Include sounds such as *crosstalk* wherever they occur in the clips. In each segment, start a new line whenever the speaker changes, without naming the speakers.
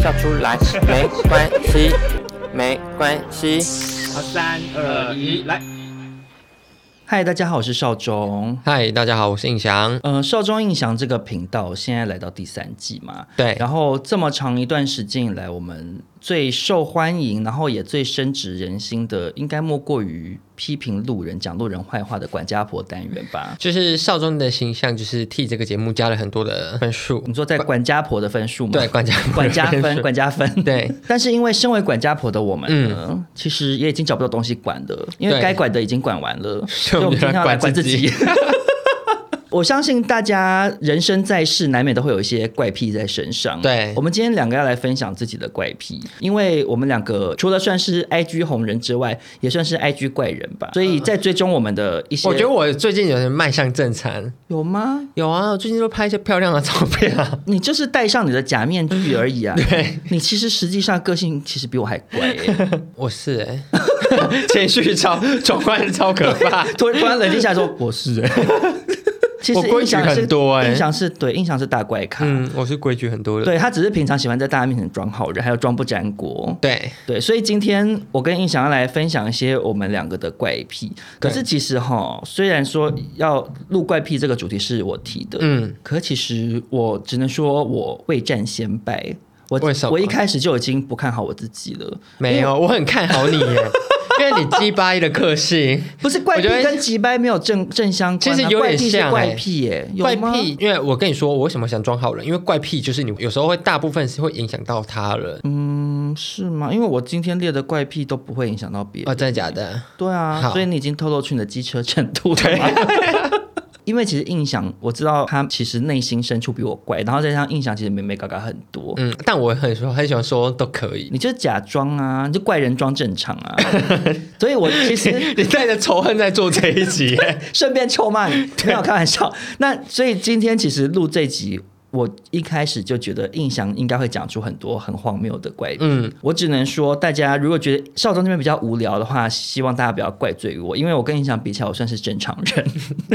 笑出来没关系， *laughs* 没关系。
好，三二一，来。嗨，大家好，我是邵忠。
嗨，大家好，我是印翔。
呃，少中印象这个频道现在来到第三季嘛，
对
然后这么长一段时间以来，我们最受欢迎，然后也最深植人心的，应该莫过于批评路人、讲路人坏话的管家婆单元吧？
就是少中的形象，就是替这个节目加了很多的分数
你。说在管家婆的分数吗？
对管家婆的
*laughs* 管家
分
分，
数
管家分。
对，嗯
但是因为身为管家婆的我们呢，其实也已经找不到东西管了，因为
对
该管的已经管完了，所
所
以
以
我
我
们
们
今天要来管
管
自
自己
己。 *laughs* 我相信大家人生在世，难免都会有一些怪癖在身上。
对
我们今天两个要来分享自己的怪癖，因为我们两个除了算是 IG 红人之外，也算是 IG 怪人吧。所以在追踪我们的一些，
呃我觉得我最近有点迈向正常。
有吗？
有啊，我最近都拍一些漂亮的照片 *laughs* 啊。
你就是戴上你的假面具而已
*laughs*
啊！
对，
你其实实际上个性其实比我还怪、欸。
我是哎、情绪超转换超可怕。
突然突然冷静下来
*laughs*
说，我是人。 *laughs* 其实
欸我规
印
矩
象是
很多欸
印象是对，印象是大怪咖。
*laughs* 嗯，我是规矩很多的。
对他只是平常喜欢在大家面前装好人，还有装不粘锅。
对
对，所以今天我跟印象要来分享一些我们两个的怪癖。可
对
是其实哈，虽然说要录怪癖这个主题是我提的，
嗯，
可其实我只能说我未战先败。我
为什么
我一开始就已经不看好我自己了，
没有，我很看好你耶，因为你鸡巴一的个性。
不是怪癖
我觉得
跟急掰没有正正相关啊、
其实有
怪
点
癖是
像
怪
欸
癖耶、有
怪
吗
癖，因为我跟你说，我为什么想装好人？因为怪癖就是你有时候会大部分是会影响到他人。
嗯是吗？因为我今天列的怪癖都不会影响到别人。
哦，真的假的？
对啊，
好
所以你已经透露出你的机车程度了吗。 *laughs* 因为其实印象，我知道他其实内心深处比我怪，然后再加上印象其实美美嘎嘎很多。
嗯，但我很说很喜欢说都可以。
你就假装啊，你就怪人装正常
*laughs*
啊。所以我其实
你带着仇恨在做这一集耶，
顺便臭
*laughs*
骂你，没有开玩笑。那所以今天其实录这集。我一开始就觉得印象应该会讲出很多很荒谬的怪癖，
嗯
我只能说，大家如果觉得少庄这边比较无聊的话，希望大家不要怪罪于我，因为我跟印象比起来，我算是正常人。
*laughs*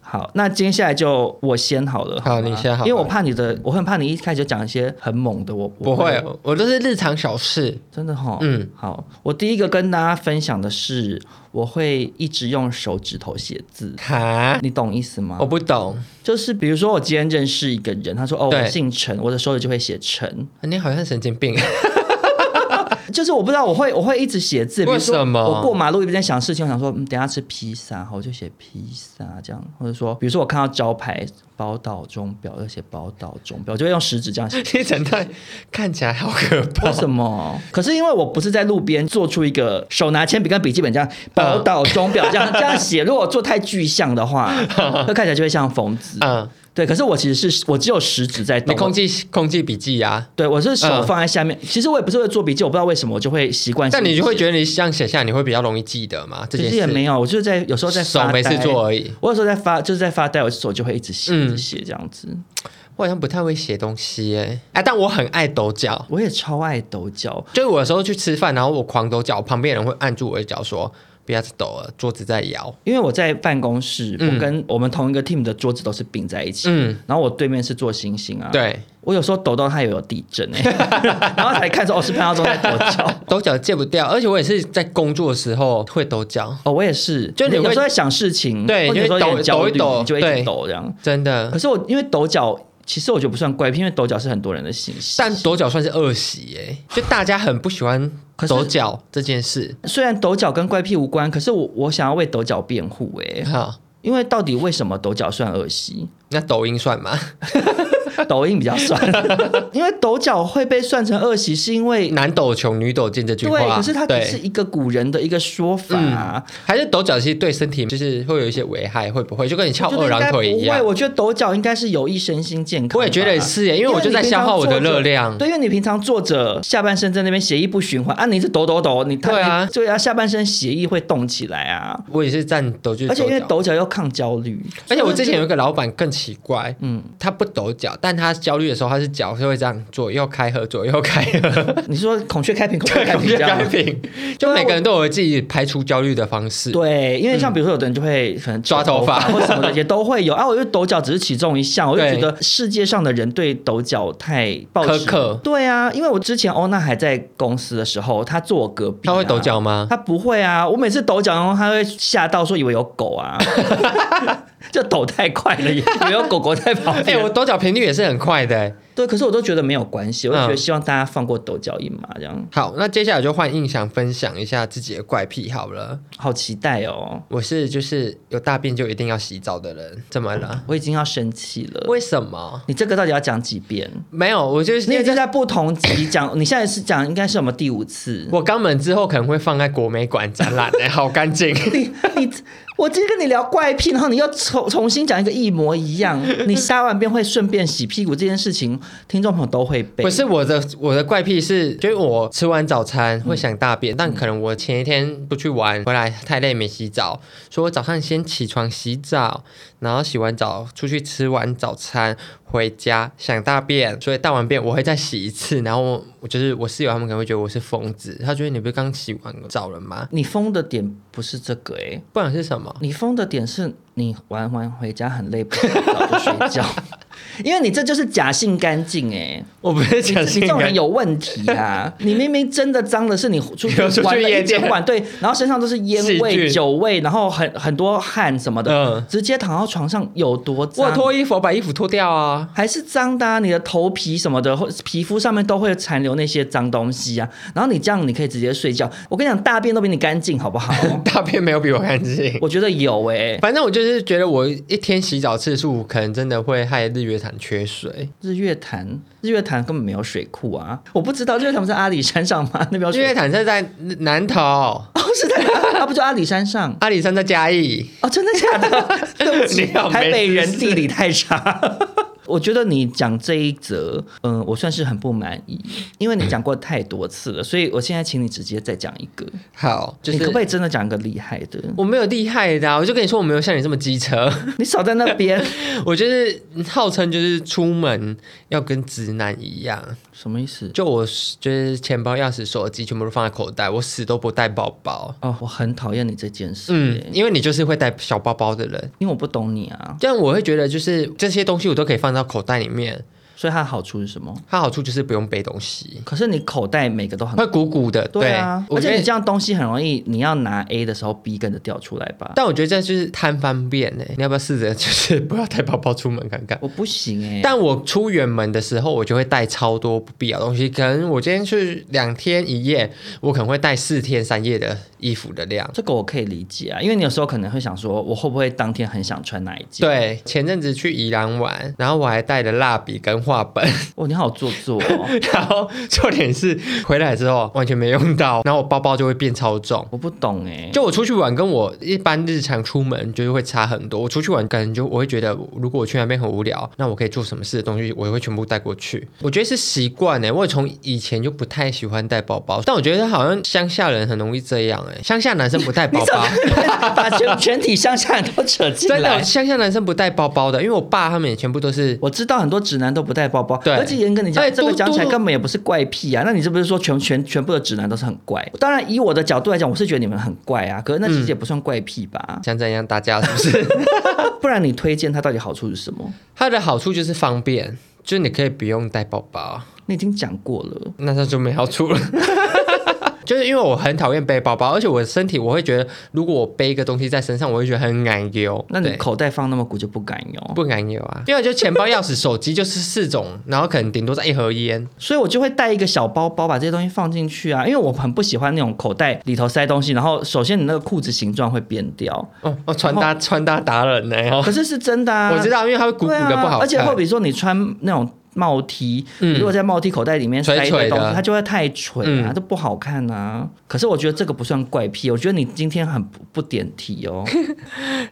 好，那接下来就我先好了，
好
吗
你先好
因为我
了
怕你的，我很怕你一开始就讲一些很猛的，我
不会，我都是日常小事。
真的哈、嗯
嗯，
好，我第一个跟大家分享的是，我会一直用手指头写字，
哈，
你懂意思吗？
我不懂，
哦就是比如说，我今天认识一个人，他说哦，我
对
姓陈，我的手指就会写陈，
你好像神经病。 *laughs*
就是我不知道，我会我会一直写字，比如说
为什么
我过马路一边在想事情，我想说，嗯，等一下吃披萨，好，我就写披萨这样，或者说，比如说我看到招牌宝岛钟表，就写宝岛钟表，我就会用食指这样写。
你整段看起来好可怕
为。什么？可是因为我不是在路边做出一个手拿铅笔跟笔记本这样
嗯
宝岛钟表
*laughs*
这样这样写，如果我做太具象的话，那看起来就会像疯子。
嗯，
对，可是我其实是我只有食指在
你
动，
哎空气空气笔记啊，
对我是手
嗯
放在下面。其实我也不是会做笔记，我不知道为什么我就会习惯性
但
写。
你就会觉得你这样写下，你会比较容易记得嘛？这
其
件
实也没
事
有，我就是在有时候在
手
发呆
没事做而已。
我有时候在发，就是在发呆，我手就会一直写，
嗯
一直写这样子。
我好像不太会写东西耶。哎，但我很爱抖脚。
我也超爱抖脚，
就是我有时候去吃饭，然后我狂抖脚，旁边人会按住我的脚说：“不要再抖了，桌子在摇。
因为我在办公室，
嗯
我跟我们同一个 team 的桌子都是并在一”起，
嗯，
然后我对面是做星星啊。，
对，
我有时候抖到它也有地震
*laughs*
哎、然后才看说哦是潘耀宗在抖脚。
抖脚戒不掉，而且我也是在工作的时候会抖脚，
哦，我也是，
就你
有
会
时候在想事情，
对
或者有时候
你会
有点焦
抖抖一
虑，
抖
你就会一直
对
抖这样。
真的
可。是我因为抖脚，其实我觉得不算怪癖，因为抖脚是很多人的习性。
但抖脚算是恶习耶，就大家很不喜欢
可是
抖脚这件事。
虽然抖脚跟怪癖无关，可是我我想要为抖脚辩护哎、
好， *laughs*
因为到底为什么抖脚算恶习？
那抖音算吗？
抖音比
*laughs*
较算，因为抖脚会被算成恶习，是因为
男抖穷，女抖贱这句话，
对，可是它只
对嗯
是一个古人的一个说法、啊。
还是抖脚，其实对身体就是会有一些危害，会不会就跟你翘
我觉得
二
应该
郎
不
腿一样
会，？我觉得抖脚应该是有益身心健康吧。
我也觉得是耶，因
因
为我就在消耗我的热量
你平常坐着。啊对，因为你平常坐着，下半身在那边血液不循环啊，你一直抖抖抖，你
对啊
对啊，下半身血液会动起来啊。
我也是站抖就是
而且因为
脚，
抖脚又抗焦虑，
而且我之前有一个老板更奇怪，
嗯，
他不抖脚，但他焦虑的时候，他是脚是会这样左右开合， *laughs* 左右开合，
你说孔雀开屏，孔雀开
感
屏
觉
这样
开
吗。
屏。就每个人都有自己排除焦虑的方式。
对，因为像比如说有的人就会可能
嗯抓头
头
发
或什么的，也都会有啊。我就抖脚只是其中一项，我就
对
觉得世界上的人对抖脚太抱
苛
持
刻
对啊，因为我之前欧娜还在公司的时候，她坐我隔壁、啊
他会抖。脚吗？
他不会啊，我每次抖脚，然后他会吓到，说以为有狗 *laughs* 啊，就抖太快了，以为有狗狗在旁
哎、
边。
我抖脚频率也是很快的、欸。
对，可是我都觉得没有关系，我就觉
嗯
得希望大家放过抖脚一马，这样
好，那接下来就换印象分享一下自己的怪癖好了。
好期待哦！
我是就是有大便就一定要洗澡的人，怎么了？
我已经要生气了。
为什么？
你这个到底要讲几遍？
没有，我就是
你已经在不同集 *coughs* 讲，你现在是讲应该是我们第五次。
我肛门之后可能会放在国美馆展 *laughs* 览、欸，好干净。
你你，我今天跟你聊怪癖，然后你又重重新讲一个一模一 *laughs* 样。你杀完便会顺便洗屁股这件事情，听众朋友都会背。
不是我的我的怪癖是，就是我吃完早餐会想大便，但可能我前一天出去玩回来太累没洗澡，所以我早上先起床洗澡，然后洗完澡出去吃完早餐回家想大便，所以大完便我会再洗一次，然后我我就是我室友他们可能会觉得我是疯子，他觉得你不是刚洗完澡了吗？
你疯的点不是这个哎、欸，
不然是什么？
你疯的点是你玩完回家很累，不想 *laughs* 早就睡觉，因为你这就是假性干净哎，
我不是讲
你
性
这种
感
人。有问题
*laughs*
啊！你明明真的脏的是你出去
有出去
玩了
夜
一
店
整晚，对，然后身上都是烟
细菌
味、酒味，然后很很多汗什么的，
嗯
直接躺到床上有多
我
脏？
脱衣服，我把衣服脱掉啊。
还是脏的、啊，你的头皮什么的，或皮肤上面都会残留那些脏东西啊。然后你这样，你可以直接睡觉。我跟你讲，大便都比你干净，好不
*laughs*
好？
大便没有比我干净。
我觉得有哎、
反正我就是觉得我一天洗澡次数可能真的会害日月潭缺水，
*laughs* 日月潭，日月潭根本没有水库啊！我不知道日月潭不是阿里山上吗？ *laughs* 那边有
日
水
月潭是在南
*laughs*
投，
哦，是在哪？啊，不就阿里山上？
阿里山在嘉义。
哦，真的
*laughs*
假的？对不起
你好没
台北人
知识
地理太差。 *laughs* 我觉得你讲这一则，嗯、我算是很不满意，因为你讲过太多次了，所以我现在请你直接再讲一个。
好，就
你可
是
不可以真的讲一个厉害的？
我没有厉害的、啊，我就跟你说我没有像你这么机车， *laughs*
你少在那边， *laughs*
我就是号称就是出门要跟直男一样，
什么意思？
就我就是钱包、钥匙、手机全部都放在口袋，我死都不带包包。
哦，我很讨厌你这件事、
嗯
欸，，
因为你就是会带小包包的人，
因为我不懂你啊，
这样我会觉得就是这些东西我都可以放到口袋里面，
所以它的好处是什么？
它好处就是不用背东西。
可是你口袋每个都很
会鼓鼓的，
对啊，
我
而
觉
且你这
得，
样东西很容易，你要拿 A 的时候，B 跟着掉出来吧。
但我觉得这就是贪方便呢、你要不要试着 *laughs* 就是不要带包包出门看看？
我不行哎、
但我出远门的时候，我就会带超多不必要的东西。可能我今天去两天一夜，我可能会带四天三夜的衣服的量。
这个我可以理解啊，因为你有时候可能会想说，我会不会当天很想穿哪一件？，
对，前阵子去宜兰玩，然后我还带了蜡笔跟画本， *laughs*
哦，你好做作哦，
然后重点是回来之后完全没用到，然后我包包就会变超重。
我不懂哎、
就我出去玩，跟我一般日常出门就是会差很多。我出去玩，可能就我会觉得，如果我去那边很无聊，那我可以做什么事的东西，我也会全部带过去。我觉得是习惯欸呢，我也从以前就不太喜欢带包包，但我觉得好像乡下人很容易这样哎，乡下男生不带包 *laughs* 包。
*laughs* 把全全体乡下人都扯进
真
来
的，。乡下男生不带包包的，因为我爸他们也全部都是
*laughs* 我知道很多直男都不带包包，
对
而且严格你讲
哎，
这个
嘟
讲起来
嘟
根本也不是怪癖啊。那你是不是说全全全部的直男都是很怪？当然，以我的角度来讲，我是觉得你们很怪啊，可是那
嗯
其实也不算怪癖吧。
像这样大家是不是？
不然你推荐它到底好处是什么？
它的好处就是方便，就是你可以不用带包包，
你已经讲过了，
*laughs* 那它就没好处了。就是因为我很讨厌背包包，而且我的身体我会觉得，如果我背一个东西在身上，我会觉得很难丢。
那你
对
口袋放那么鼓就不敢用，
不敢有啊，因为就钱包、钥匙、手机就是四种，然后可能顶多在一盒烟。
所以我就会带一个小包包，把这些东西放进去啊，因为我很不喜欢那种口袋里头塞东西，然后首先你那个裤子形状会变掉，
哦哦，穿搭穿搭达人呢、哦
可是是真的啊，
*laughs* 我知道，因为它会鼓鼓
对
的不好看，
啊。而且会比如说你穿那种帽 T，、
嗯
如果在帽 T 口袋里面塞一
垂
堆
垂的
东西，它就会太垂啊，
嗯
都不好看啊。可是我觉得这个不算怪癖，我觉得你今天很不不点题
*laughs*
哦。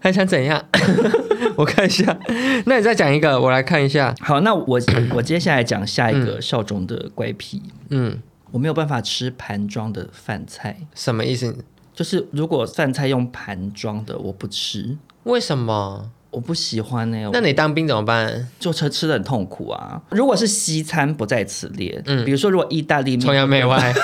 还哎想怎样？ *laughs* 我看一下，那你再讲一个，我来看一下。
好，那我 *coughs* 我接下来讲下一个少中的怪癖，
嗯，
我没有办法吃盘装的饭菜，
什么意思？
就是如果饭菜用盘装的，我不吃。
为什么？
我不喜欢呢、我
那你当兵怎么办？
就吃吃的很痛苦啊。如果是西餐不在此列，嗯，比如说如果意大利面
崇洋媚外，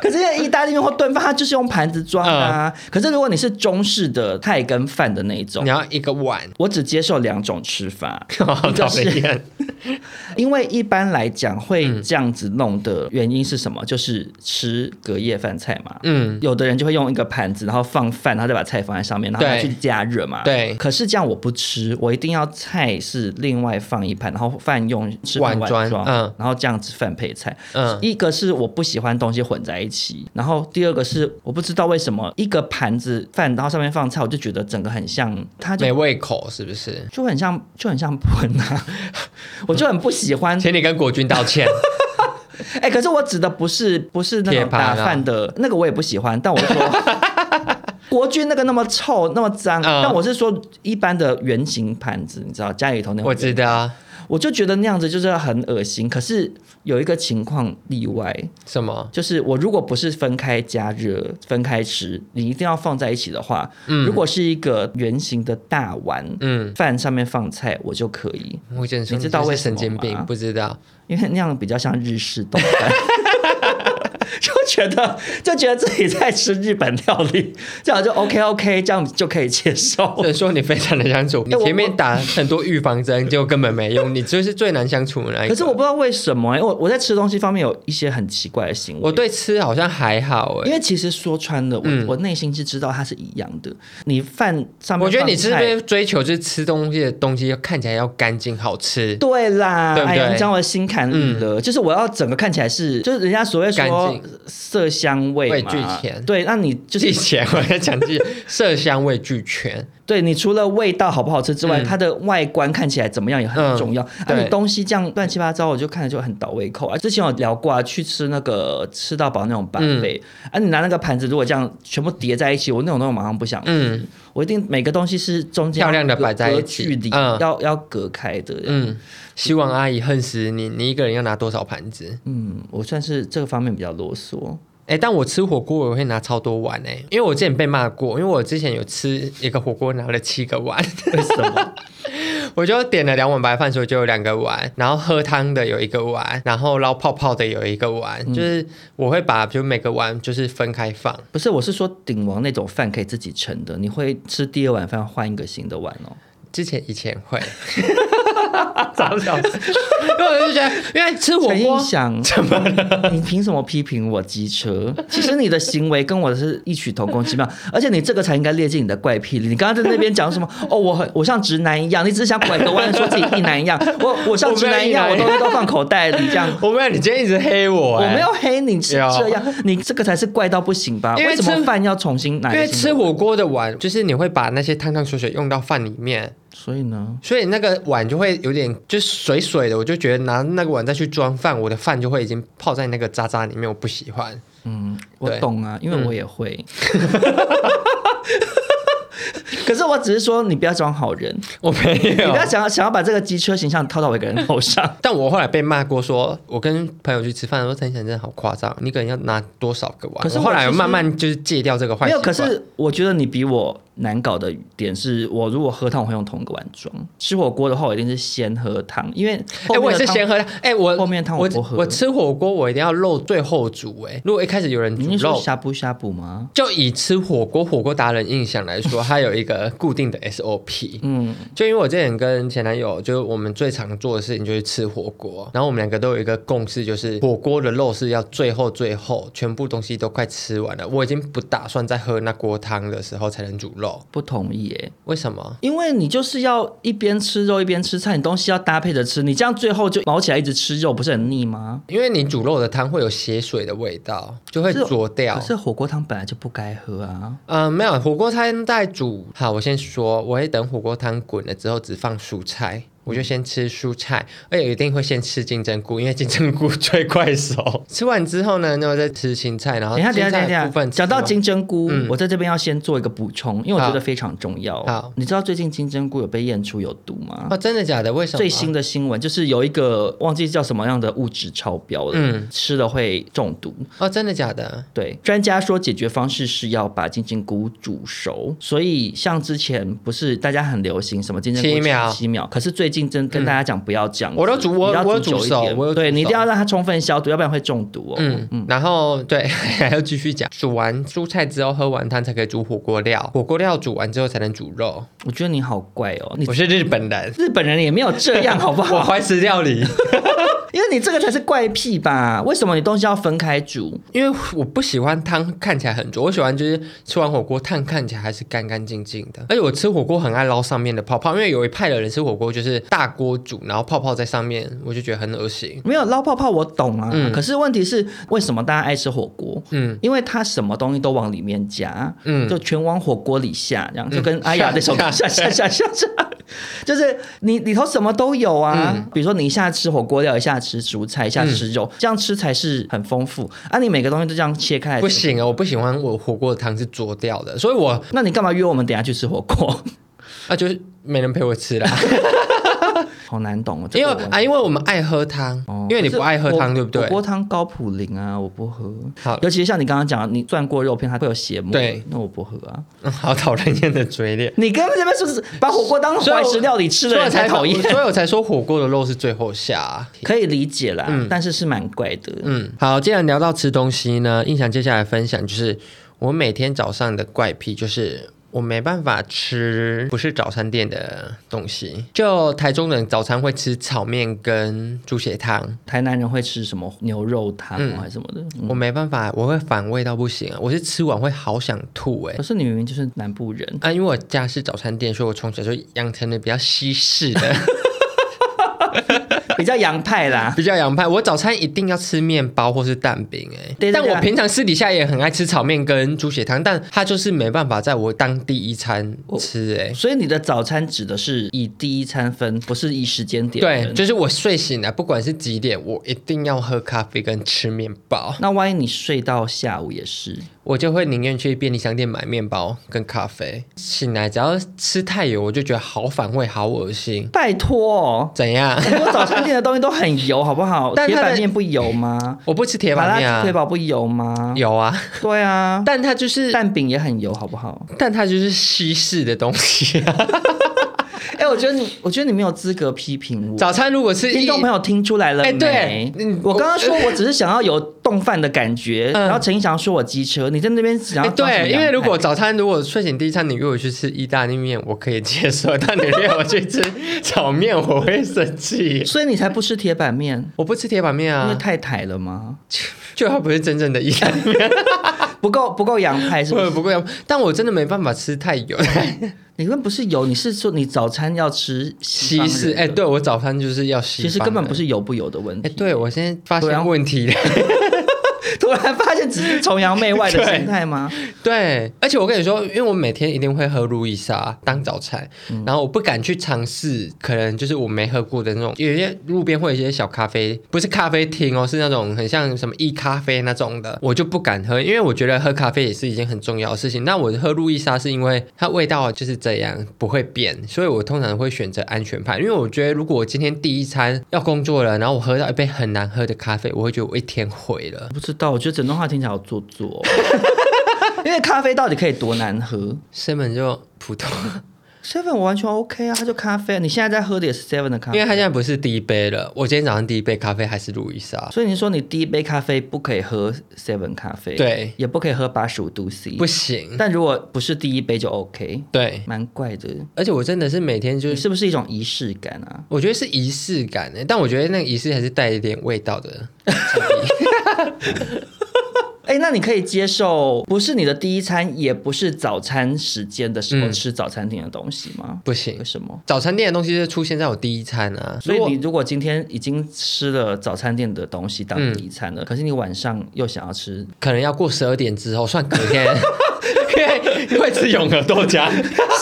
可是因为意大利面或炖饭，它就是用盘子装的啊。
嗯
可是如果你是中式的菜跟饭的那一种
你，要一个 *laughs* 碗，
我只接受两种
*laughs*
吃法，
好哦讨厌。
因为一般来讲会
嗯
这样子弄的原因是什么？就是吃隔夜饭菜嘛。
嗯，
有的人就会用一个盘子，然后放饭，然后再把菜放在上面，然后
对
拿去加热嘛。
对
可是这样我不吃，我一定要菜是另外放一盘，然后饭用吃饭
碗
碗
装
装，
嗯
然后这样子饭配菜。
嗯
一个是我不喜欢东西混在一起，然后第二个是我不知道为什么一个盘子饭，然后上面放菜，我就觉得整个很像，它啊就
没胃口是不是？
就很像就很像喷啊， *laughs* 我就很不喜欢。
请你跟国军道
*laughs*
歉。
哎、可是我指的不是不是那
铁
种
盘啊
打饭的那个，我也不喜欢。但
*laughs*
我说国军那个那么臭那么脏，
嗯
但我是说一般的圆形盘子，你知道家里头那种
我知道
我就觉得那样子就是很恶心。可是有一个情况例外，
什么？
就是我如果不是分开加热、分开吃，你一定要放在一起的话，
嗯
如果是一个圆形的大碗。
嗯，
饭上面放菜，我就可以，
我只能说
你知道
就是
为什
神
么
经病
吗，
不知道。
因为那样比较像日式冻饭， *laughs* 就觉得就觉得自己在吃日本料理，这样就 OK OK，这样就可以接受
只。能说你非常的相处，你
*laughs* 我
前面打很多预防针，就根本没
*laughs*
用，你就是最难相处的那一个。
可是我不知道为什么、欸因为我我在吃东西方面有一些很奇怪的行为。
我对吃好像还好哎、
因为其实说穿了，我、
嗯
我内心是知道它是一样的。你饭上面，
我觉得你是不是追求就是吃东西的东西要看起来要干净好吃？
对啦，
对不
哎
对
呀，你讲我的心坎里了。就是我要整个看起来是，就是人家所谓
干
说
净
色香味
味
嘛，
俱全 *laughs*
对，那你
就
就
是以
是
前我在讲这些色香味俱全，
对你除了味道好不好吃之外，
嗯
它的外观看起来怎么样也很重要。啊，
对
你东西这样乱七八糟，我就看着就很倒胃口啊。之前有聊过啊，去吃那个吃到饱那种板费、
嗯
啊，你拿那个盘子如果这样全部叠在一起，我那种东西马上不想吃。
嗯
我一定每个东西是中间
漂亮地
要隔
摆在一
隔
起
距离
嗯
要要隔开的。嗯
嗯，希望阿姨恨死你，你一个人要拿多少盘子？
嗯，我算是这个方面比较啰嗦。
哎、但我吃火锅我会拿超多碗哎、因为我之前被骂过，因为我之前有吃一个火锅拿了七个碗，
为什么？
*laughs* 我就点了两碗白饭，所以就有两个碗，然后喝汤的有一个碗，然后捞泡泡的有一个碗，
嗯
就是我会把就每个碗就是分开放。
不是，我是说鼎王那种饭可以自己盛的，你会吃第二碗饭换一个新的碗哦。
之前以前会， *laughs* 早早，因为我就觉得，因为吃火
陈
锅
印，象，怎么了？你凭什么批评我机车？其实你的行为跟我的是异曲同工之妙，而且你这个才应该列进你的怪癖里。你刚刚在那边讲什
*laughs*
么？哦，我很我像直男一样，你只是想拐个弯说自己一男一样。我我像直男一样，
我
我
没有一男一样
东西都放口袋里这样。
我没有，你今天一直黑 *laughs* 我、
我
哎
没有。黑你是
有
这样，你这个才是怪到不行吧？
因为
为什
吃
么饭要重新拿一
因
个
为
新的？
吃火锅的碗，就是你会把那些汤汤水水用到饭里面，
所以呢，
所以那个碗就会有点就是水水的，我就觉得拿那个碗再去装饭，我的饭就会已经泡在那个渣渣里面，我不喜欢。
嗯，我
对嗯
懂啊，因为我也会。 *laughs* 可是我只是说，你不要装好人，
我没
你
有。
不，要想要想要把这个机车形象套到我一个人头上
*laughs* 但我后来被骂过说，我跟朋友去吃饭，说陈显真的好夸张，你可能要拿多少个碗？
可是
我
我
后来
其实
慢慢就是戒掉这个坏
没
习
有，
惯。
可是我觉得你比我难搞的点是，我如果喝汤，我会用同一个碗装。吃火锅的话，我一定是先喝汤，因为
哎、
后面
我也是
的汤
先喝汤。哎、我
后面汤
我
我不喝
我吃火锅我一定要肉最后煮、哎，如果一开始有人
你
煮
是说
肉，
呷哺呷哺吗？
就以吃火锅火锅达人印象来说，说，它有一个固定的 SOP。
嗯，
就因为我之前跟前男友，就是我们最常做的事情就是吃火锅，然后我们两个都有一个共识，就是火锅的肉是要最后最后全部东西都快吃完了，我已经不打算再喝那锅汤的时候才能煮肉。
不同意耶，
为什么？
因为你就是要一边吃肉一边吃菜，你东西要搭配着吃，你这样最后就毛起来一直吃肉，不是很腻吗？
因为你煮肉的汤会有血水的味道，就会
是
浊掉
可。是火锅汤本来就不该喝啊。
嗯、没有火锅汤在煮。好，我先说，我会等火锅汤滚了之后，只放蔬菜，我就先吃蔬菜，而且一定会先吃金针菇，因为金针菇最快熟。 *laughs* 吃完之后呢，那我再吃青菜，然后
等一下，等一下，等
青菜
一
的
下，
部分吃
讲到
完
金针菇，
嗯
我在这边要先做一个补充，因为我觉
好
得非常重要。
好
你知道最近金针菇有被验出有毒吗？
哦，真的假的？为什么？
最新的新闻就是有一个忘记叫什么样的物质超标了，
嗯
吃了会中毒。
哦，真的假的？
对，专家说解决方式是要把金针菇煮熟，所以像之前不是大家很流行什么金针菇
七秒嗯
七秒，可是最近真跟大家讲不要这样子、
我都煮我
你要
我有
久
煮
一
熟
点
我有
对
煮
你一定
熟
要让它充分消毒，要不然会中毒哦。
嗯嗯，然后对， *laughs* 还要继续讲。煮完蔬菜之后，喝完汤才可以煮火锅料，火锅料煮完之后才能煮肉。
我觉得你好怪哦，你
我是日本人，
日本人也没有这样好不
我
好？
怀石料理。
*laughs* 因为你这个才是怪癖吧？为什么你东西要分开煮？
因为我不喜欢汤看起来很浊，我喜欢就是吃完火锅汤看起来还是干干净净的。而且我吃火锅很爱捞上面的泡泡，因为有一派的人吃火锅就是大锅煮，然后泡泡在上面，我就觉得很恶心。
没有捞泡泡我懂啊，
嗯
可是问题是为什么大家爱吃火锅？
嗯
因为它什么东西都往里面加，
嗯
就全往火锅里下，这样就跟阿雅那首歌下下下下下， *laughs* 就是你里头什么都有啊。
嗯
比如说你一下吃火锅料，一下吃蔬菜，一下吃肉，这样吃才是很丰富啊。你每个东西都这样切开来，
不。行啊，我不喜欢我火锅的汤是浊掉的，所以我
那你干嘛约我们等一下去吃火锅？ *laughs*
啊就是没人陪我吃啦，
好难懂哦，这
因
个
为
我
啊因为我们爱喝汤，
哦
因为你不爱喝汤对不
火
对？
锅汤高普林啊，我不喝。
好
尤其是像你刚刚讲，你涮过肉片，它会有血沫，
对，
那我不喝啊。
嗯 *laughs* 好讨人厌的嘴
*laughs*
脸。
你跟这边是不是把火锅当
所以我
怀石料理吃的
*laughs* 所以我
人才讨厌？
所以我才说火锅的肉是最后下啊、
*laughs* 可以理解啦，
嗯
但是是蛮怪的。
嗯，好，既然聊到吃东西呢，印象接下来分享就是我每天早上的怪癖，就是我没办法吃不是早餐店的东西。就台中人早餐会吃炒面跟猪血汤，
台南人会吃什么牛肉汤
嗯
还是什么的？嗯
我没办法，我会反胃到不行啊！我是吃完会好想吐哎、
可是你明明就是南部人， *laughs*
啊，因为我家是早餐店，所以我从小就养成了比较西式的，
比较洋派啦。
比较洋派。我早餐一定要吃面包或是蛋饼、
对
哎，
对
但
对
我平常私底下也很爱吃炒面跟猪血汤，但它就是没办法在我当第一餐吃、哎。
所以你的早餐指的是以第一餐分，不是以时间点
对，
分。
就是我睡醒来，不管是几点，我一定要喝咖啡跟吃面包，
那万一你睡到下午也是，
我就会宁愿去便利商店买面包跟咖啡。醒来只要吃太油，我就觉得好反胃，好恶心。
拜托、哦，
怎样？
很多早餐店的东西都很油，好不好？
*laughs* 但
铁
它的
板面不油吗？
我不吃铁
麻
板面
辣鸡腿
啊，
堡不油吗？
有啊，
对啊，
但它就是，但
蛋饼也很油，好不好？
它就是西式的东西、啊。
哎、我觉得你，我觉得你没有资格批评我。
早餐如果是
听众朋
友，
友听出来了没？
哎对嗯
我刚
*laughs*
刚说我只是想要有冻饭的感觉，
嗯
然后陈意翔说我机车，你在那边想
哎
要装什么
对，因
洋
为如
派
果早餐如果睡醒第一餐你约我去吃意大利面，我可以接受；但你约我去吃炒面，我会生气。
所以你才不吃铁板面，
*laughs* 我不吃铁板面
因为
啊，
太台了吗？
就它不是真正的意大利面。
不够不够洋派是
不
不
会
是？
不会，但我真的没办法吃太 *laughs* 油
你问不是油，你是说你早餐要吃西
西
方
式。
人
哎、对我早餐就是要西
其实根本不
是。
是油不油的问
哎、
题。
对我现在发
对啊
现问题了。
*laughs* 突然发现只是崇洋媚外的心态吗？
对，而且我跟你说，因为我每天一定会喝路易莎当早餐，然后我不敢去尝试，可能就是我没喝过的那种，有一些路边会有一些小咖啡，不是咖啡厅哦，是那种很像什么一咖啡那种的，我就不敢喝，因为我觉得喝咖啡也是一件很重要的事情。那我喝路易莎是因为它味道就是这样，不会变，所以我通常会选择安全牌，因为我觉得如果我今天第一餐要工作了，然后我喝到一杯很难喝的咖啡，我会觉得我一天毁了。
不知道，我觉得整段话听起来好做作、 *laughs* 哦。因为咖啡到底可以多难喝？
身本就普通。
Seven 我完全 OK 啊，它就咖啡啊。你现在在喝的也是 Seven 的咖
因为
啡，
它现在不是第一杯了，我今天早上第一杯咖啡还是路易莎，
所以你说你第一杯咖啡不可以喝 Seven 咖啡，
对
也不可以喝八十五度 C，
不行。
但如果不是第一杯就 OK，
对，
蛮怪的。
而且我真的是每天就
你
是，
是不是一种仪式感啊？
我觉得是仪式感欸但我觉得那个仪式还是带一点味道的。
哎，那你可以接受不是你的第一餐，也不是早餐时间的时候
嗯
吃早餐店的东西吗？
不
为
行，
什么？
早餐店的东西就出现在我第一餐啊，
所以
如果
你如果今天已经吃了早餐店的东西当
嗯
第一餐了，可是你晚上又想要吃，
可能要过十二点之后算隔天， *laughs* 因为 *laughs* 因为吃永和豆浆，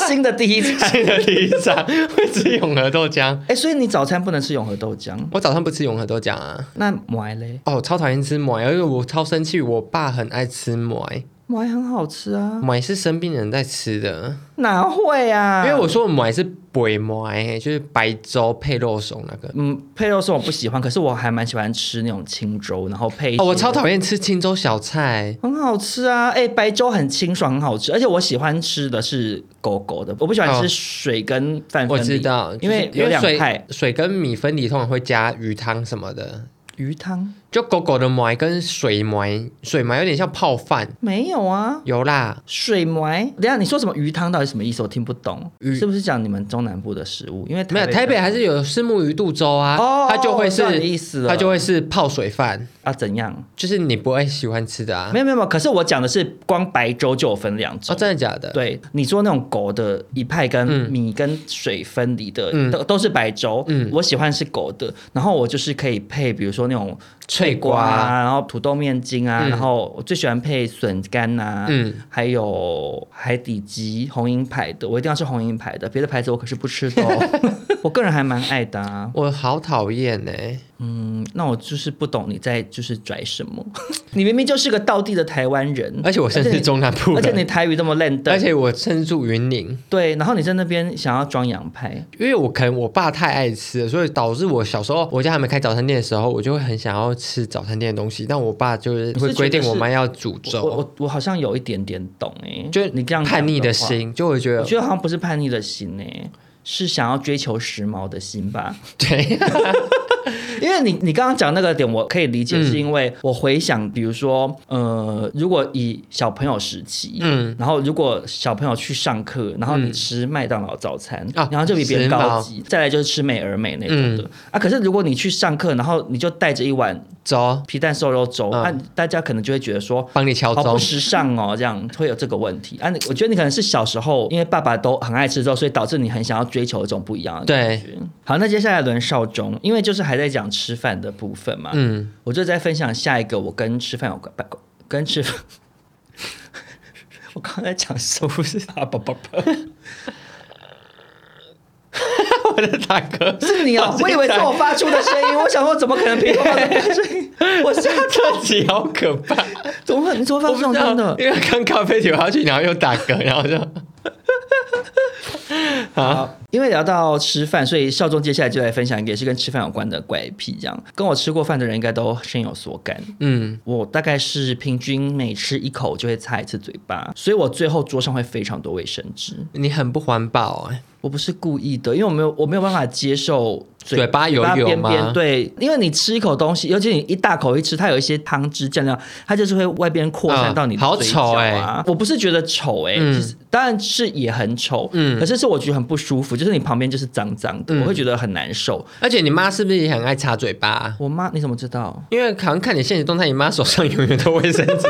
新的第一餐。 *laughs*
新的第一餐会吃永和豆浆。
哎，所以你早餐不能吃永和豆浆，
我早上不吃永和豆浆啊。
那糜嘞？
哦，超讨厌吃馍，因为我超生气，我爸很爱吃馍，
糜很好吃啊，
馍是生病人在吃的，
哪会啊？
因为我说的馍是白馍，就是白粥配肉松那个。
嗯，配肉松我不喜欢，可是我还蛮喜欢吃那种清粥，然后配一些
哦，我超讨厌吃青州小菜，
很好吃啊！哎、白粥很清爽，很好吃，而且我喜欢吃的是狗狗的，我不喜欢
哦
吃水跟饭
我
分
知
离、
道，
因为
就是
有两
水
派，
水跟米粉里通常会加鱼汤什么的。
鱼汤
就狗狗的馍跟水馍，水馍有点像泡饭，
没有啊。
有啦，
水埋，等一下你说什么鱼汤到底什么意思？我听不懂，
鱼
是不是讲你们中南部的食物？因为
没有台北还是有虱目鱼肚粥啊，
哦
它就会
我知道你的
是
意思了
它就会是泡水饭，
啊怎样？
就是你不会喜欢吃的啊。
没有没有，没有可是我讲的是光白粥就有分两
哦，
种。
真的假的？，
对，你说那种狗的一派跟
嗯
米跟水分离的，
嗯
都都是白粥。
嗯
我喜欢是狗的，然后我就是可以配，比如说那种
脆
瓜
瓜，
啊，然后土豆面筋啊，
嗯
然后我最喜欢配笋干呐、
嗯
还有海底鸡、红鹰牌的，我一定要吃红鹰牌的，别的牌子我可是不吃
*laughs*
的、哦。我个人还蛮爱的、啊，
我好讨厌哎。
嗯，那我就是不懂你在就是拽
*laughs*
什么，你明明就是个道地的台湾人，
而且我甚
而且
至
你
中南部
而且你
人，
台语这么烂的，
而且我身住云林，
对，然后你在那边想要装洋派，
因为我可能我爸太爱吃了，所以导致我小时候我家还没开早餐店的时候，我就会很想要吃早餐店的东西，但我爸就是
你
会
是
规定
觉得
我
是
妈要煮
我
粥，
我我好像有一点点懂哎、
哦就
你这样讲
叛逆的
话，
心，就会觉
我
得
觉得好像不是叛逆的心哎、是想要追求时髦的心吧？
对，
因为你你刚刚讲那个点，我可以理解，
嗯
是因为我回想，比如说，呃，如果以小朋友时期，
嗯
然后如果小朋友去上课，然后你吃麦当劳早餐，
啊
然后就比别人高级，再来就是吃美而美那种
嗯
的、啊。可是如果你去上课，然后你就带着一碗
粥
皮蛋瘦肉粥，那、
嗯
大家可能就会觉得说。
帮你敲
好不
钟。
时尚哦，这样会有这个问题啊？你我觉得你可能是小时候，因为爸爸都很爱吃粥，所以导致你很想要追求一种不一样的
对，
好，那接下来轮少中，因为就是还在讲吃饭的部分嘛，
嗯，
我就在分享下一个我跟吃饭有关，不跟吃 *laughs* 饭，我刚才讲什么？不是啊，不不不，
我的大哥，
*laughs* 是你哦，我以为是我发出的声 *laughs* 音，我想说怎么可能平发出声音？我吓到，
这集好可怕，
*laughs* 怎么会？你怎么会发
我
出这
不
种
知道
声的，？
因为刚咖啡酒下去，然后又打嗝，然后就 *laughs*
好，因为聊到吃饭，所以少中接下来就来分享一个也是跟吃饭有关的怪癖，这样跟我吃过饭的人应该都深有所感。
嗯，
我大概是平均每吃一口就会擦一次嘴巴，所以我最后桌上会非常多卫生纸。
你很不环保哎、
我不是故意的，因为我没有我没有办法接受
嘴巴油油
边边
吗
对，因为你吃一口东西，尤其你一大口一吃，它有一些汤汁酱料，它就是会外边扩散
嗯
到你的
好
嘴角
丑欸
啊！我不是觉得丑哎、
嗯
其实当然是也很丑，
嗯
可是是我觉得很不舒服，就是你旁边就是脏脏的，我会觉得很难受。
而且你妈是不是也很爱擦嘴巴、
我妈你怎么知道？
因为好像看你现实动态，你妈手上永远都卫生纸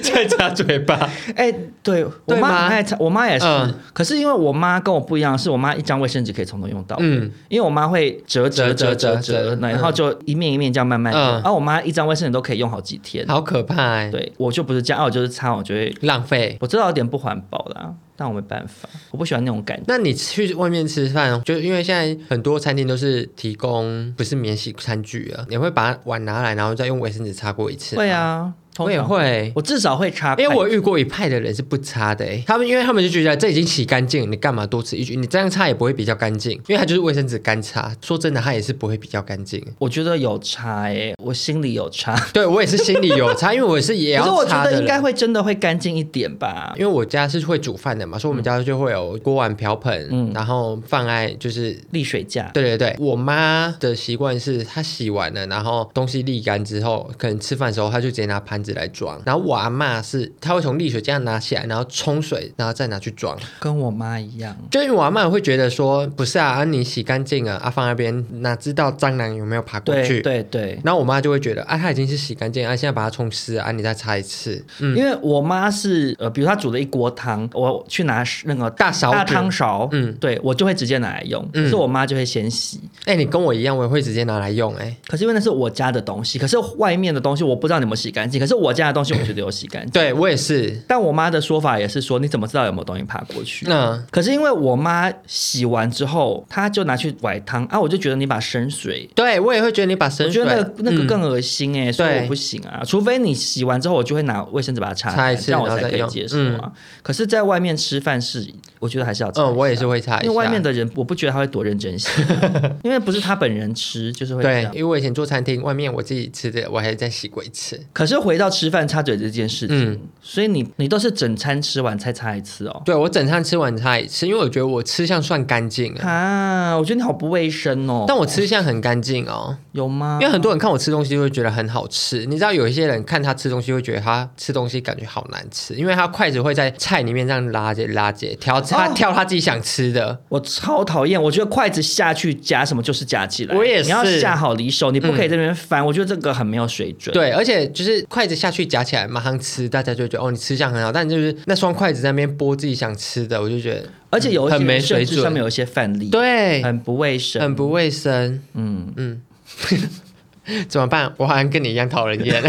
在擦嘴巴。 *laughs*
哎、对我
对
妈
吗
很爱擦，我妈也是、
嗯
可是因为我妈跟我不一样，是我妈一张卫生纸可以从头用到尾，
嗯
因为我妈会折折折
折折
折折，
折
那然后
嗯
就一面一面这样慢慢用，
嗯
然后我妈一张卫生纸都可以用好几天。
好可怕哎、
对我就不是这样，啊我就是擦，我就会，
浪费。
我知道有点不环保啦，但我没办法，我不喜欢那种感觉。
那你去外面吃饭，就因为现在很多餐厅都是提供不是免洗餐具啊，你会把碗拿来，然后再用卫生纸擦过一次？
会，啊，通
我
常
也，会。
我至少会擦哎筷
因
子，
为我遇过一派的人是不擦的、欸，他们因为他们就觉得这已经洗干净，你干嘛多此一举？你这样擦也不会比较干净，因为它就是卫生纸干擦。说真的，它也是不会比较干净。
我觉得有擦诶、我心里有擦，
对我也是心里有差，因为我是也
可是
要
我
擦
觉
的
得
人。
应该会真的会干净一点吧。
因为我家是会煮饭的嘛，所以我们家就会有锅碗瓢盆，
嗯
然后放在就是。
沥水架，
对对对，我妈的习惯是她洗完了，然后东西沥干之后，可能吃饭的时候，她就直接拿盘子来装。然后我阿妈是，她会从沥水这样拿起来，然后冲水，然后再拿去装。
跟我妈一样。
就因为我阿妈会觉得说，不是啊，啊你洗干净了啊，放那边哪知道蟑螂有没有爬过
对
去？
对对，
然后我妈就会觉得啊，她已经是洗干净，啊，现在把它冲湿啊，你再擦一次。嗯，
因为我妈是呃，比如她煮了一锅汤，我去拿那个
大勺
大
子
汤勺，
嗯
嗯，对我就会直接拿来用，
嗯
可是我妈就会先洗。
哎、你跟我一样，我也会直接拿来用、哎。
可是因为那是我家的东西，可是外面的东西我不知道你有没有洗干净，可是我家的东西我觉得有洗干净。
对我也是。
但我妈的说法也是说，你怎么知道有没有东西爬过去？
嗯，
可是因为我妈洗完之后，她就拿去崴汤啊，我就觉得你把生水，
对我也会觉得你把生
我觉
水，
得那个那个
嗯
更恶心哎、所以
对
我不行啊。除非你洗完之后，我就会拿卫生纸把它擦
擦
干
一次
这样我
然后
才
再
可以
用
接受啊。可是，在外面吃饭是，我觉得还是要擦一下
嗯，我也是会擦一下。
因为外面的人，我不觉得他会多认
*laughs*
真洗，因为不是他本人吃，就是会这
对
样，
因。为我以前做餐厅，外面我自己吃的，我还再洗过一次。
可是回到吃饭擦嘴这件事情，
嗯
所以你你都是整餐吃完才擦一次哦。
对我整餐吃完擦一次，因为我觉得我吃相算干净
*laughs*
啊，
啊，我觉得你好不卫生哦。
但我吃相很干净哦，
有吗？
因为很多人看我吃东西就会觉得很好吃，你知道有一些人看他吃东西会觉得他吃东西感觉好难吃，因为他筷子会在菜里面这样拉着拉着，挑他
哦
挑他自己想吃的。
我超讨厌，我觉得筷子下去夹什么就是夹起来，
我也是嗯
你要下好离手，你不可以在那边翻，我觉得这个很没有水准。，
对，而且就是筷子下去夹起来，马上吃，大家就会觉得哦，你吃相很好。但就是那双筷子在那边剥自己想吃的，我就觉得
而且有一些
很没
人甚
水
至
准
上面有一些范例，，
对，
很不卫生，
很不卫生。
嗯，
嗯，怎么办？我好像跟你一样 *laughs* 讨人厌。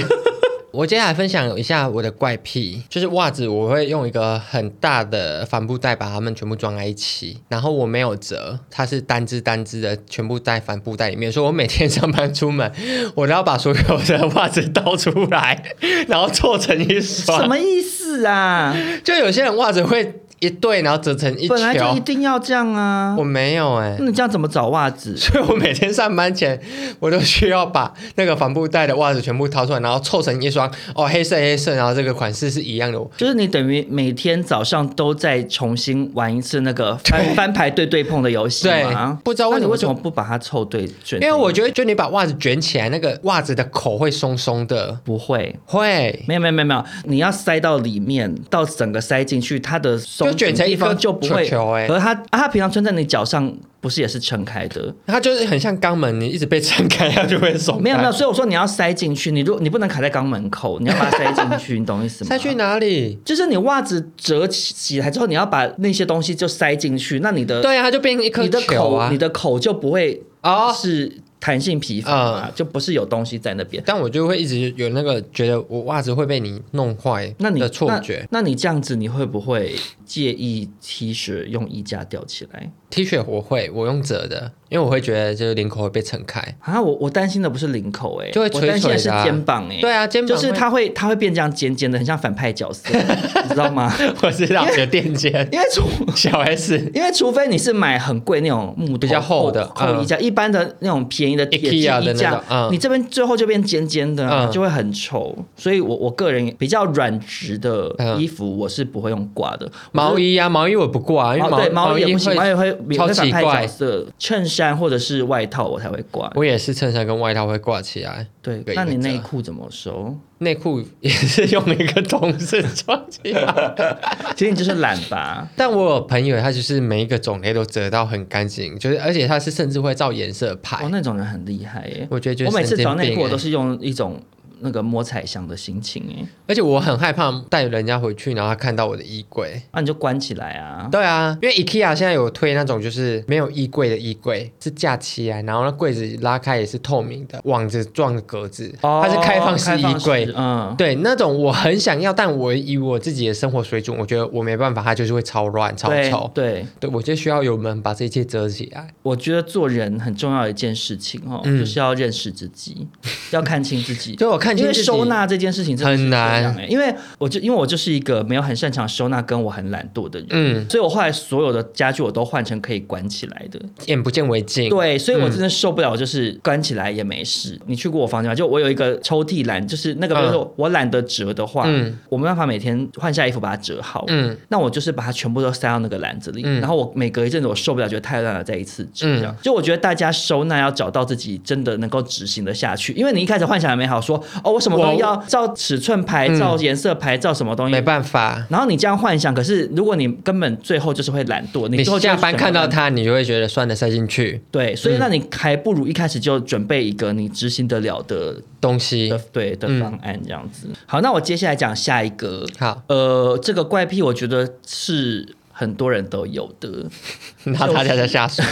我接下来分享一下我的怪癖，就是袜子，我会用一个很大的帆布袋把它们全部装在一起，然后我没有折，它是单只单只的全部在帆布袋里面，所以我每天上班出门，我都要把所有的袜子倒出来， *laughs* 然后做成一
什
双。
么意思啊？
就有些人袜子会一对，然后折成一
本来就
球
一，定要这样啊
我，没有哎、
那你这样怎么找
*laughs*
袜子？
所以我每天上班前，我都需要把那个帆布袋的袜子全部掏出来，然后凑成一双哦，黑色黑色，然后这个款式是一样的。
就是你等于每天早上都在重新玩一次那个翻翻牌对对碰的游戏吗
对？不知道
那
为
你
什么
为什么
就
不把它凑对准？
因为我觉得，就你把袜子卷起来，那个袜子的口会松松的，
不会，
会。
没有没有没有没有，你要塞到里面，到整个塞进去，它的松
就卷成一
地方
颗
就不会。
球球欸
可是它、啊、它平常穿在你脚上，不是也是撑开的？
它就是很像肛门，你一直被撑开，它就会松开。
没有没有，所以我说你要塞进去，你如你不能卡在肛门口，你要把它塞进去，你懂意思
*laughs*
吗？
塞去哪里？
就是你袜子折起起来之后，你要把那些东西就塞进去，那你的
对啊，它就变成一颗
你的
球
口、
啊
你。的口就不会
哦
是弹性皮肤嘛，
嗯
就不是有东西在那边。
但我就会一直有那个觉得我袜子会被你弄坏
那你
的错觉。
那，那你这样子你会不会介意 T 恤用衣架吊起来？
T 恤我会，我用折的，因为我会觉得就是领口会被撑开。
啊，我我担心的不是领口哎、
就会垂
我担心的
垂
是
的啊
肩膀哎、
对啊肩膀
就是
会
它会它会变这样尖尖的，很像反派角色， *laughs* 你知
*laughs*
道吗？
*laughs* 我知道你的垫肩，
因为除
*laughs* 小 S
因为除非你是买很贵那种木头
比较厚的嗯
扣扣衣架，一般的那种便宜的铁质
IKEA 的
衣
那
架
种，嗯
你这边最后就变尖尖的啊、
嗯
就会很丑。所以我我个人比较软质的
嗯
衣服，我是不会用挂的。
毛衣啊，毛衣我不挂、啊，因为毛
毛哦对毛衣也
衣
不行，毛衣会也
超
会反
奇
派角
怪。
色，衬衫或者是外套我才会挂。
我也是衬衫跟外套会挂起来，
对
对，
那
一
你
个
内
折
裤怎么收？
内裤也是用一个同事穿起来。 *laughs*
其实你就是懒吧。
但我有朋友，他就是每一个种类都折到很干净，就是而且他是甚至会照颜色排。
哦，那种人很厉害耶！
我觉得就是
我每次
神经
找内
病
裤，我
欸
都是用一种那个摸彩箱的心情哎，
而且我很害怕带人家回去，然后他看到我的衣柜。
那、你就关起来啊。
对啊，因为 IKEA 现在有推那种就是没有衣柜的衣柜，是架起来，然后那柜子拉开也是透明的，网子状的格子，
哦
它是开放式衣柜。
开放式嗯，
对，那种我很想要，但我以我自己的生活水准，我觉得我没办法，它就是会超乱、超
对
丑。
对，
对，我就需要有门把这一切遮起来。
我觉得做人很重要的一件事情哦，
嗯 *laughs*
就是要认识自己，要看清自己。
就我看
因
清
为
自己
收纳这件事情真的是
很难
这样欸因为我就因为我就是一个没有很擅长收纳，跟我很懒惰的人，
嗯，
所以我后来所有的家具我都换成可以关起来的。
眼不见为净。
对，所以
嗯
我真的受不了，就是关起来也没事。你去过我房间吗？就我有一个抽屉栏，就是那个，比如说我懒得折的话，
嗯
我没办法每天换下衣服把它折好。
嗯
那我就是把它全部都塞到那个篮子里，
嗯
然后我每隔一阵子我受不了，觉得太乱了，再一次折。
嗯
这样，就我觉得大家收纳要找到自己真的能够执行的下去，因为你一开始幻想也美好说，哦，我什么东西
我
要照尺寸排、
嗯
照颜色排、照什么东西
没，办法，
然后你这样幻想，可是如果你根本最后就是会懒惰，你
你
最后就
下
会
班
什么
看到
都
它，你就会觉得算了，塞进去
对，所以
嗯
那你还不如一开始就准备一个你执行得了的
东
的
西。
对的
嗯
方案这样子。好，那我接下来讲下一个，
好，
呃，这个怪癖我觉得是很多人都有的， *laughs*
然后它才在下水。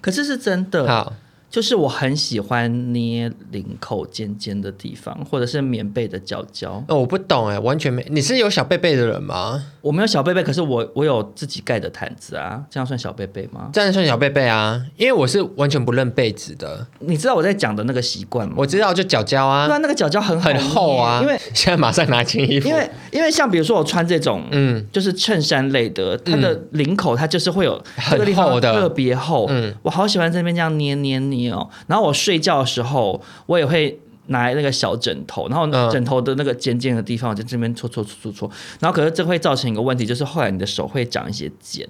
可是是真的，
好，
就是我很喜欢捏领口尖尖的地方，或者是棉被的角角。
哦，我不懂哎，完全没。你是有小贝贝的人吗？
我没有小被被，可是我我有自己盖的毯子啊，这样算小被被吗？
这样算小贝贝啊？因为我是完全不认被子的。
你知道我在讲的那个习惯吗？
我知道，就脚胶
对啊，
啊，
那个角角很好
很厚啊。
捏因为
现在马上拿新衣服，
因为因为像比如说我穿这种，
嗯
就是衬衫类的，它的领口它就是会有
很
这个地方
厚的
特别厚，
嗯
我好喜欢在那边这样捏捏捏哦。然后我睡觉的时候，我也会。拿那个小枕头，然后
嗯
枕头的那个尖尖的地方，我就这边搓搓搓搓搓，然后可是这会造成一个问题，就是后来你的手会长一些茧，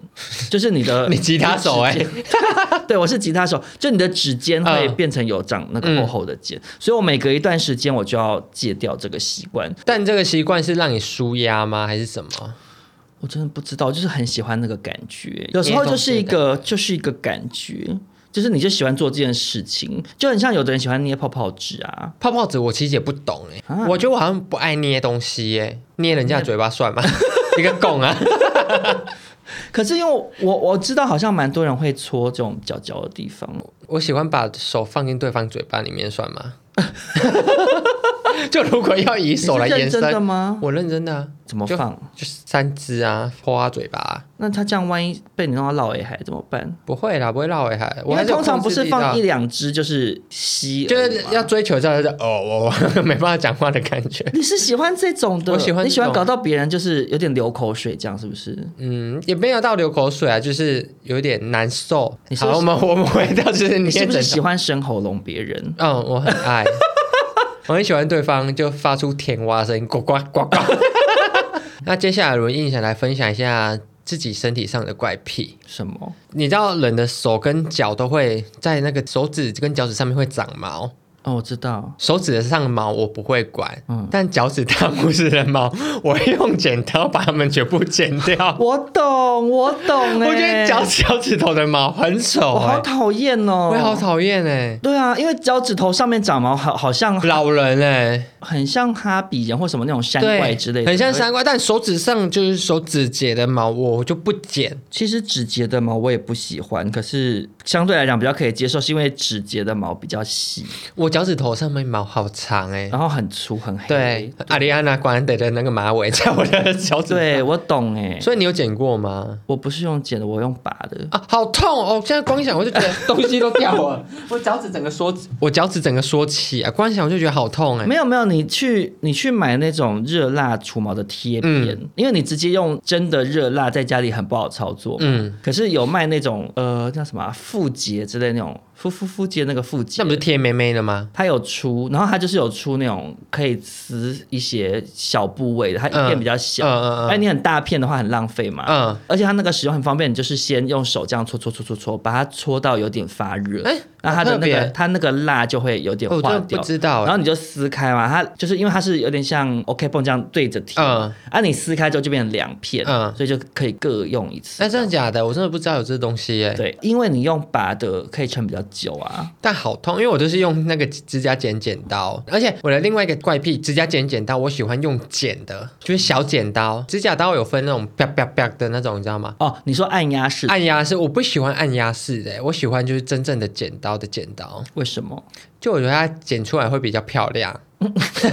就是你
*laughs*
的
你吉他手哎、
指尖 *laughs* 对，我是吉他手，就你的指尖会
嗯
变成有长那个厚厚的茧，所以我每隔一段时间我就要戒掉这个习惯，
但这个习惯是让你舒压吗？还是什么？
我真的不知道，就是很喜欢那个感觉。有时候就是一个就是一个感觉，就是你就喜欢做这件事情，就很像有的人喜欢捏泡泡纸啊。
泡泡纸我其实也不懂哎、
啊
我觉得我好像不爱捏东西耶、捏人家的嘴巴算
*laughs*
吗？一个拱啊，
可是因为我我知道好像蛮多人会搓这种角角的地方，
我喜欢把手放进对方嘴巴里面算
*laughs*
吗？ *laughs* 就如果要以手来
你是
延
认真的
伸，
吗？
我认真的、啊，
怎么
就
放？
就是三只啊，花嘴巴啊、
那他这样万一被你弄到落尾海怎么办？
不会啦，不会绕尾海。我
因
还
为
是有
通常不
控制
是
力
放
的
一两只就是吸而已
就
嘛，
是要追求这样，就是哦，我 *laughs* 没办法讲话的感觉。
你是喜欢这种的，
我喜欢
你喜欢
这种
搞到别人就是有点流口水，这样是不是？
嗯，也没有到流口水啊，就是有点难受。
你是不是
好，我们我们回到就是
你
捏
是
枕
不
头。
是喜欢生喉咙别人？
嗯，我很爱，
*laughs*
我很喜欢对方就发出甜蛙声，呱呱呱
*laughs*
呱。那接下来我印象来分享一下自己身体上的怪癖。
什么？
你知道人的手跟脚都会在那个手指跟脚趾上面会长毛，
哦，我知道。
手指上的毛我不会管，
嗯
但脚趾大拇指的毛， *laughs* 我会用剪刀把它们全部剪掉。
我懂， *laughs* 我懂、欸，
我觉得脚脚趾头的毛很丑、
我好
欸，
讨厌哦，
我也好。讨厌
*laughs*
哎，
对啊，因为脚趾头上面长毛，好好像
老人哎、
很像哈比人或什么那种山
对，
怪之类的，
很像。山怪，但手指上就是手指节的毛，我就不剪。
其实指节的毛我也不喜欢，可是相对来讲比较可以接受，是因为指节的毛比较细，
我脚趾头上面毛好长哎、
然后很粗很黑。
对，阿丽安娜·管德的那个马尾在我的脚趾，
对，我懂哎、
所以你有剪过吗？
我不是用剪的，我用拔的。
啊，好痛哦！现在光想我就觉得 *laughs* 东西都掉了，我脚趾整个缩，我脚趾整个缩起啊，光想我就觉得好痛哎、
没有没有，你去你去买那种热蜡除毛的贴片，
嗯
因为你直接用真的热蜡在家里很不好操作。
嗯，
可是有卖那种呃叫什么啊复洁之类那种复复复洁那个复洁
那不，是贴妹妹的吗？
它有出，然后它就是有出那种可以撕一些小部位的，它一片
嗯
比较小。
嗯嗯嗯
哎，你很大片的话很浪费嘛，
嗯
而且它那个使用很方便，你就是先用手这样搓搓搓搓搓，把它搓到有点发热，
哎
那它的
好特
那个
别
它那个蜡就会有点
哦我真
化
的
掉，
不知道哎
然后你就撕开嘛，它就是因为它是有点像 OK 绷这样对着贴嘛，啊，你撕开之后就变成两片，
嗯
所以就可以各用一次。
那哎真的假的？我真的不知道有这东西哎、
对，因为你用拔的可以撑比较久啊。
但好痛，因为我就是用那个指甲剪剪刀，而且我的另外一个怪癖，指甲剪剪刀，我喜欢用剪的，就是小剪刀。指甲刀有分那种啪啪啪的那种，你知道吗？
哦，你说按压式，
按压式，我不喜欢按压式的，欸我喜欢就是真正的剪刀的剪刀，
为什么 *laughs*
就我觉得它剪出来会比较漂亮。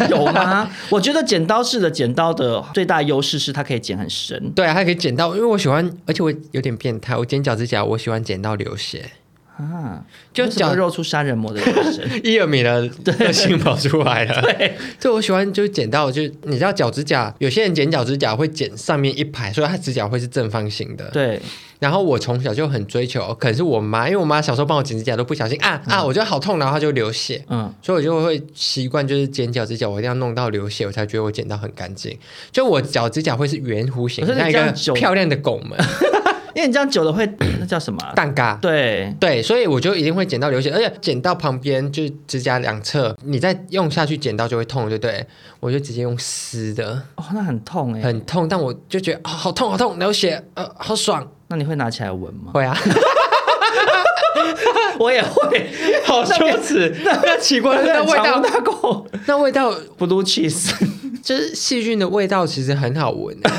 有吗？我觉得剪刀式的剪刀的最大优势是它可以剪很深
对啊，它可以剪到，因为我喜欢，而且我有点变态，我剪脚指甲，我喜欢剪到流血。
啊，
就
为什么
讲
露出杀人魔的眼
*laughs*
神。
伊尔米的个性跑出来了。 *laughs* 对，就我喜欢就是剪到，就是你知道脚趾甲，有些人剪脚趾甲会剪上面一排，所以他指甲会是正方形的。
对，
然后我从小就很追求，可能是我妈，因为我妈小时候帮我剪指甲都不小心啊啊，我觉得好痛，然后她就流血。
嗯，
所以我就会习惯，就是剪脚趾甲，我一定要弄到流血，我才觉得我剪到很干净。就我脚趾甲会是圆弧形，
可哦是
像
你
一
这
个
样久
漂亮的拱门
因为你这样久了会 *clears throat* 那叫什么啊？
蛋糕。
对，
对，所以我就一定会剪到流血，而且剪到旁边就是指甲两侧，你再用下去剪刀就会痛，对不对？我就直接用撕的，
哦，那很痛哎、
很痛，但我就觉得、啊好痛好痛，流血，呃，好爽，
那你会拿起来闻吗？
会啊， *laughs*
我也会，
*laughs* 好羞
*laughs*
耻，那那奇怪那味道，
那过
那味道
blue cheese。
就是细菌的味道，其实很好闻，欸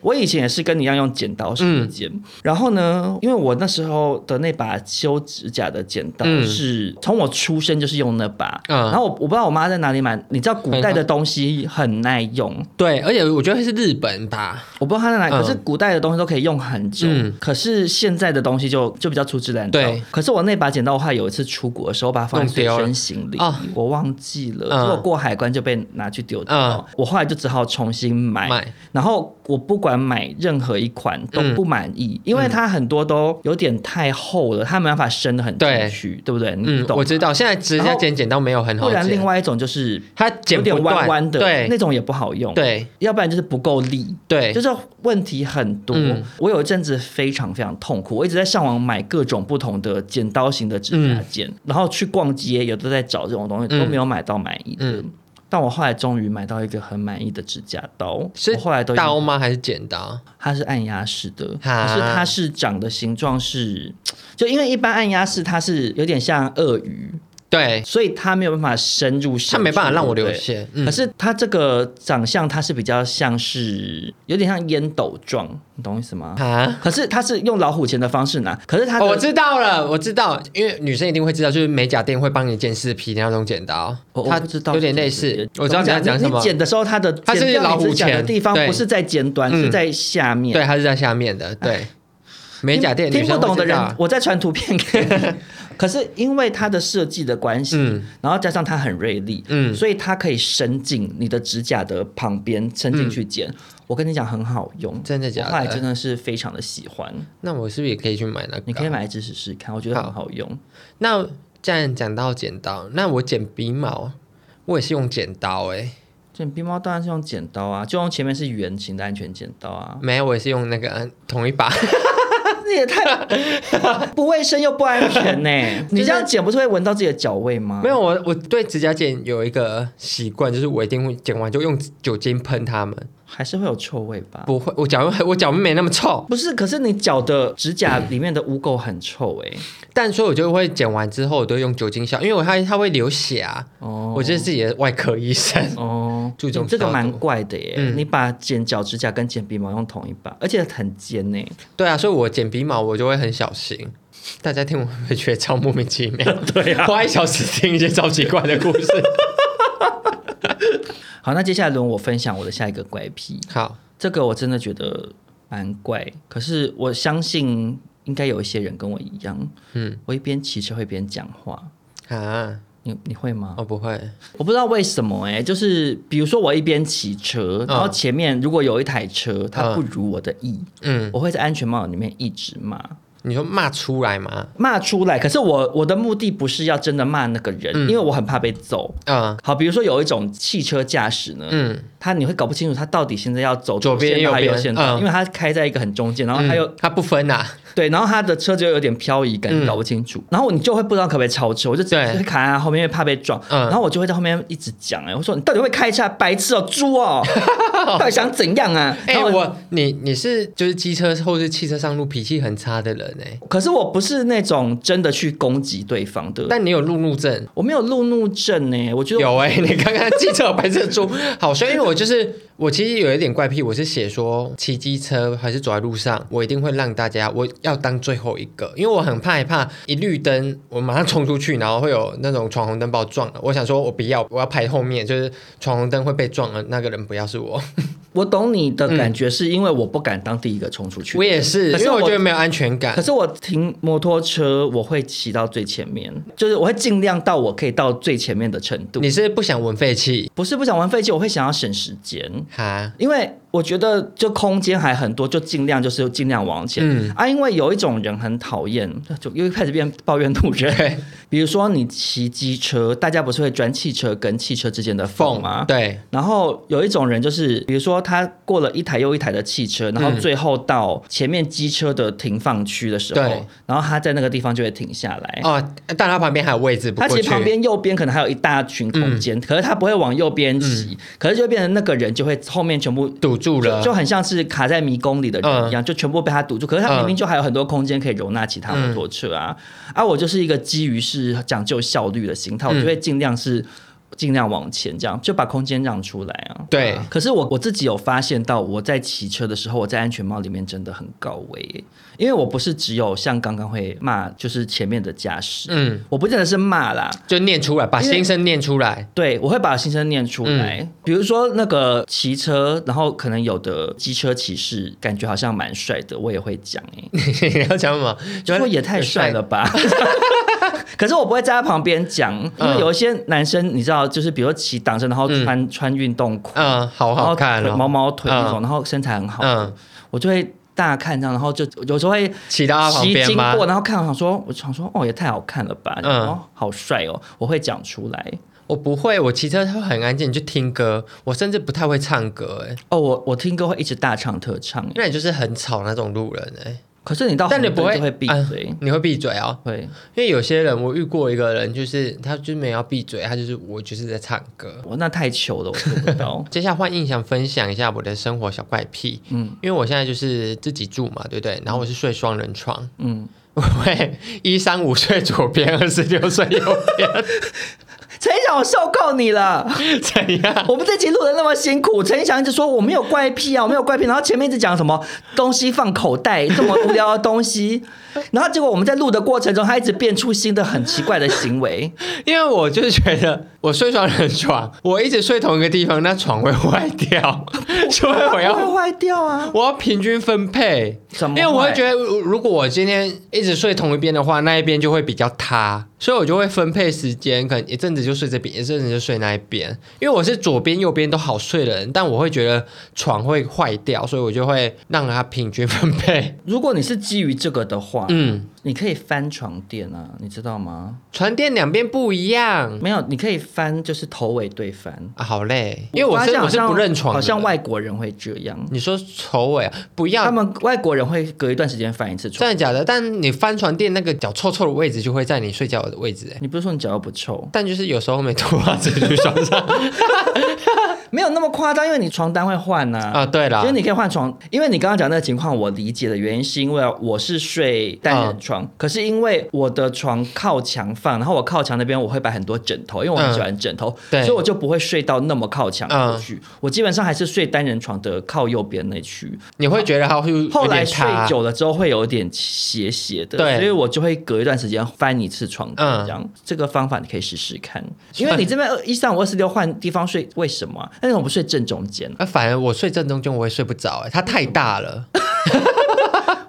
我以前也是跟你一样用剪刀式剪，
嗯
然后呢，因为我那时候的那把修指甲的剪刀
嗯
是从我出生就是用那把，
嗯
然后我我不知道我妈在哪里买，你知道古代
很
的东西很耐用，
对，而且我觉得是日本吧，
我不知道它在哪里，
嗯
可是古代的东西都可以用很久，
嗯
可是现在的东西就就比较粗制滥造。
对，
可是我那把剪刀的话，有一次出国的时候，我把它放在
弄
随
丢了
身行李，
哦
我忘记了，
嗯
结果过海关就被拿去丢掉，
嗯
我后来就只好重新买。
买
然后我不管买任何一款都
嗯
不满意，因为它很多都有点太厚了，它没办法伸的很进
对
去，对不对？你
嗯，
懂吗
我知。道，现在指甲剪剪刀没有很
不
好
然
剪，
另外一种就是
它
有
剪不
点
断
弯弯的，那
对
种也不好用。
对
要不然就是不够力，
对，
就是是问题很多。
嗯
我有一阵子非常非常痛苦，我一直在上网买各种不同的剪刀型的指甲剪，然后去逛街，有的在找这种东西，
嗯
都没有买到满意的。
嗯
但我后来终于买到一个很满意的指甲刀，我后来都已经
刀吗？还是剪刀？
它是按压式的，可
啊
是它是长的形状是，就因为一般按压式它是有点像鳄鱼，
对，
所以它没有办法深入深处，
它没办法让我
对
流
不对
血，嗯
可是它这个长相，它是比较像是有点像烟斗状，你懂我意思吗？
啊。
可是它是用老虎钳的方式拿，可是它的、
哦我知道了，我知道，因为女生一定会知道，就是美甲店会帮你剪四皮那种剪刀
哦我，我
它
不知道
有点
这个
类
是
似，我知道你要
怎
讲
么
什
你
么，
剪的时候，它的
它是
剪掉你
老虎
指甲的
钳
地方
对
不是在尖端，
嗯
是在下面。
对，它是在下面的，对，美甲店
哎听
女
听
生
不懂
会
的
知
人
道，
我再传图片
*laughs*
给你。可是因为它的设计的关系，
嗯
然后加上它很锐利，
嗯
所以它可以伸进你的指甲的旁边，伸进去剪。我跟你讲，很好用，
嗯真的假的
我后来真的是非常的喜欢，
那我是不是也可以去买那个？
你可以。买一支试试看，我觉得很好用。
那既然讲到剪刀，那我剪鼻毛，我也是用剪刀哎、，
剪鼻毛当然是用剪刀啊，就用前面是圆形的安全剪刀啊
*laughs* 没有，我也是用那个嗯同一把，
那也太 *laughs* 不卫生又不安全呢、
*laughs*
你这样剪不是会闻到自己的脚味吗？
没有我我对指甲剪有一个习惯，就是我一定会剪完就用酒精喷它们，
还是会有臭味吧？
不会，我脚我脚没那么臭，
不是，可是你脚的指甲里面的污垢很臭哎、
但所以我就会剪完之后，我都用酒精消，因为我它它会流血啊。
哦
我就是自己的外科医生，
哦，
注重
你这个
消毒
蛮怪的耶、
嗯
你把剪脚指甲跟剪鼻毛用同一把，而且很尖呢、
对啊，所以我剪鼻毛我就会很小心。大家听我会不会觉得超莫名其
*laughs*
妙？对啊， *laughs* 花一小时听一些超奇怪的故事。
好，那接下来轮我分享我的下一个怪癖，
好，
这个我真的觉得蛮怪，可是我相信应该有一些人跟我一样，
嗯
我一边骑车会一边讲话。
啊，哦
你你会吗？
我不会，
我不知道为什么哎、就是比如说我一边骑
嗯
车，然后前面如果有一台车，它不如我的意，
嗯，
我会在安全帽里面一直骂。
你说骂出来吗？
骂出来，可是我我的目的不是要真的骂那个人，因为我很怕被揍。
嗯
好，比如说有一种汽车驾驶呢，
嗯，
他你会搞不清楚他到底现在要走
左边
线道还是
右边
右线
嗯
道，因为他开在一个很中间，然后他又、
他不分呐、啊，
对，然后他的车就有点漂移感，
嗯
搞不清楚，然后你就会不知道可不可以超车，我就直接
对
会卡在他后面，因为怕被撞，
嗯
然后我就会在后面一直讲，哎，我说你到底会开车啊，白痴哦，猪哦，
*laughs*
到底想怎样啊？
哎、
然后
我你你是就是机车或是汽车上路脾气很差的人哎、
可是我不是那种真的去攻击对方的，
但你有路怒症，
我没有路怒症呢、我觉得我
有哎、 *laughs* 你看看记者有白色猪，好像因为我就是我其实有一点怪癖，我是写说骑机车还是走在路上，我一定会让大家我要当最后一个，因为我很怕怕一绿灯我马上冲出去，然后会有那种闯红灯把我撞了。我想说我不要，我要排后面，就是闯红灯会被撞的那个人不要是我。 *laughs*
我懂你的感觉，是因为我不敢当第一个冲出去。
我也是，
可
因
是
为我
我
觉得没有安全
可
感。
是我停摩托车，我会骑到最前面，就是我会尽量到我可以到最前面的程度。
你是不想闻废气
不是不想玩废弃，我会想要省时间。 *laughs*
哈？
因为我觉得就空间还很多，就尽量就是尽量往前、
嗯
啊。因为有一种人很讨厌，就又开始变抱怨路
*laughs*
人。比如说你骑机车，大家不是会钻汽车跟汽车之间的缝吗？。
对，
然后有一种人就是，比如说他过了一台又一台的汽车，然后
嗯
最后到前面机车的停放区的时候，
对
然后他在那个地方就会停下来。
哦，但他旁边还有位置不
哎他
过去。嗯
其实旁边右边可能还有一大群空间，可是他不会往右边骑，可是就变成那个人就会后面全部
堵嗯住了，
就就很像是卡在迷宫里的人一样，就全部被他堵住。可是
嗯
他明明就还有很多空间可以容纳其他摩托车啊！啊，我就是一个基于是讲究效率的心态，
嗯
我就会尽量是。尽量往前，这样就把空间让出来啊！
对
啊可是我我自己有发现到，我在骑车的时候，我在安全帽里面真的很高危，因为我不是只有像刚刚会骂，就是前面的驾驶，
嗯，
我不见得是骂啦，
就念出来，把
因为
心声念出来。 *laughs*
对，我会把心声念出来。
嗯
比如说那个骑车，然后可能有的机车骑士感觉好像蛮帅的，我也会讲
*laughs*
哎、
你要讲什么？
欸，说也太帅
*laughs*
了吧。 *laughs* 可是我不会在他旁边讲，因为有一些男生你知道，就是比如说骑挡车，然后穿、穿运动裤，
嗯，好好看
然后腿毛
哦。
毛腿那种，
嗯
然后身材很好，
嗯，
我就会大看这样，然后就有时候会
骑到他旁
骑
边
经
吗？
过，然后看，我想说，我想说，哦，也太好看了吧，
嗯
哦，好帅哦，我会讲出来。
我不会，我骑车会很安静，就听歌。我甚至不太会唱歌，哎，
哦，我我听歌会一直大唱特唱，
那你就是很吵那种路人，哎，
可是你到
但你
红
不
灯
会
就会闭
嗯
嘴，
你会闭嘴哦。
会。
因为有些人，我遇过一个人，就是他就没有要闭嘴，他就是我就是在唱歌。。
我那太糗了，我做不到
*laughs* 接下来换印象分享一下我的生活小怪癖，嗯，因为我现在就是自己住嘛，对不对？然后我是睡双人床，
嗯，
我会一三五睡左边，二四六睡右边，
陈翔，我受够你了！ *laughs*
怎样？
我们这集录的那么辛苦，陈翔一直说我没有怪癖啊，我没有怪癖，然后前面一直讲什么东西放口袋这么无聊的东
*laughs*
西，然后结果我们在录的过程中，他一直变出新的很奇怪的
*laughs*
行为。
因为我就是觉得我睡双人床，我一直睡同一个地方，那床会坏掉，所以我
它不会
要
坏掉啊！
*laughs* 我要平均分配。
怎么
因为我会
坏
觉得，如如果我今天一直睡同一边的话，那一边就会比较塌，所以我就会分配时间，可能一阵子就睡这边，一阵子就睡那一边。因为我是左边右边都好睡的人，但我会觉得床会坏掉，所以我就会让它平均分配。
如果你是基于这个的话，
嗯，
你可以翻床垫啊，你知道吗？
床垫两边不一样
没有，你可以翻，就是头尾对翻。
啊，好累，因为我是
发现好
我是
像
不认床的，
好像外国人会这样，
你说头尾啊不
他
要，
们外国人会隔一段时间翻一次
真
床。
的假的？但你翻床垫那个脚臭臭的位置就会在你睡觉的位置、欸，
你不是说你脚又不臭？
但就是有时候没脱袜子去床
*laughs*
上
没有那么夸张，因为你床单会换呐、
啊，对啦
就是，你可以换床，因为你刚刚讲那个情况，我理解的原因是因为我是睡单人床，可是因为我的床靠墙放，然后我靠墙那边我会摆很多枕头，因为我很喜欢枕头，
对
所以我就不会睡到那么靠墙过去。我基本上还是睡单人床的靠右边那区，
你会觉得它会有
后来
点
睡
塌
久了之后会有点斜斜的，
对
所以我就会隔一段时间翻一次床单，
嗯
这样、这个方法你可以试试看，因为你这边二一三五二四六换地方睡，为什么、啊？但是我不睡正中间，
啊，反而我睡正中间我会睡不着、欸，它太大了，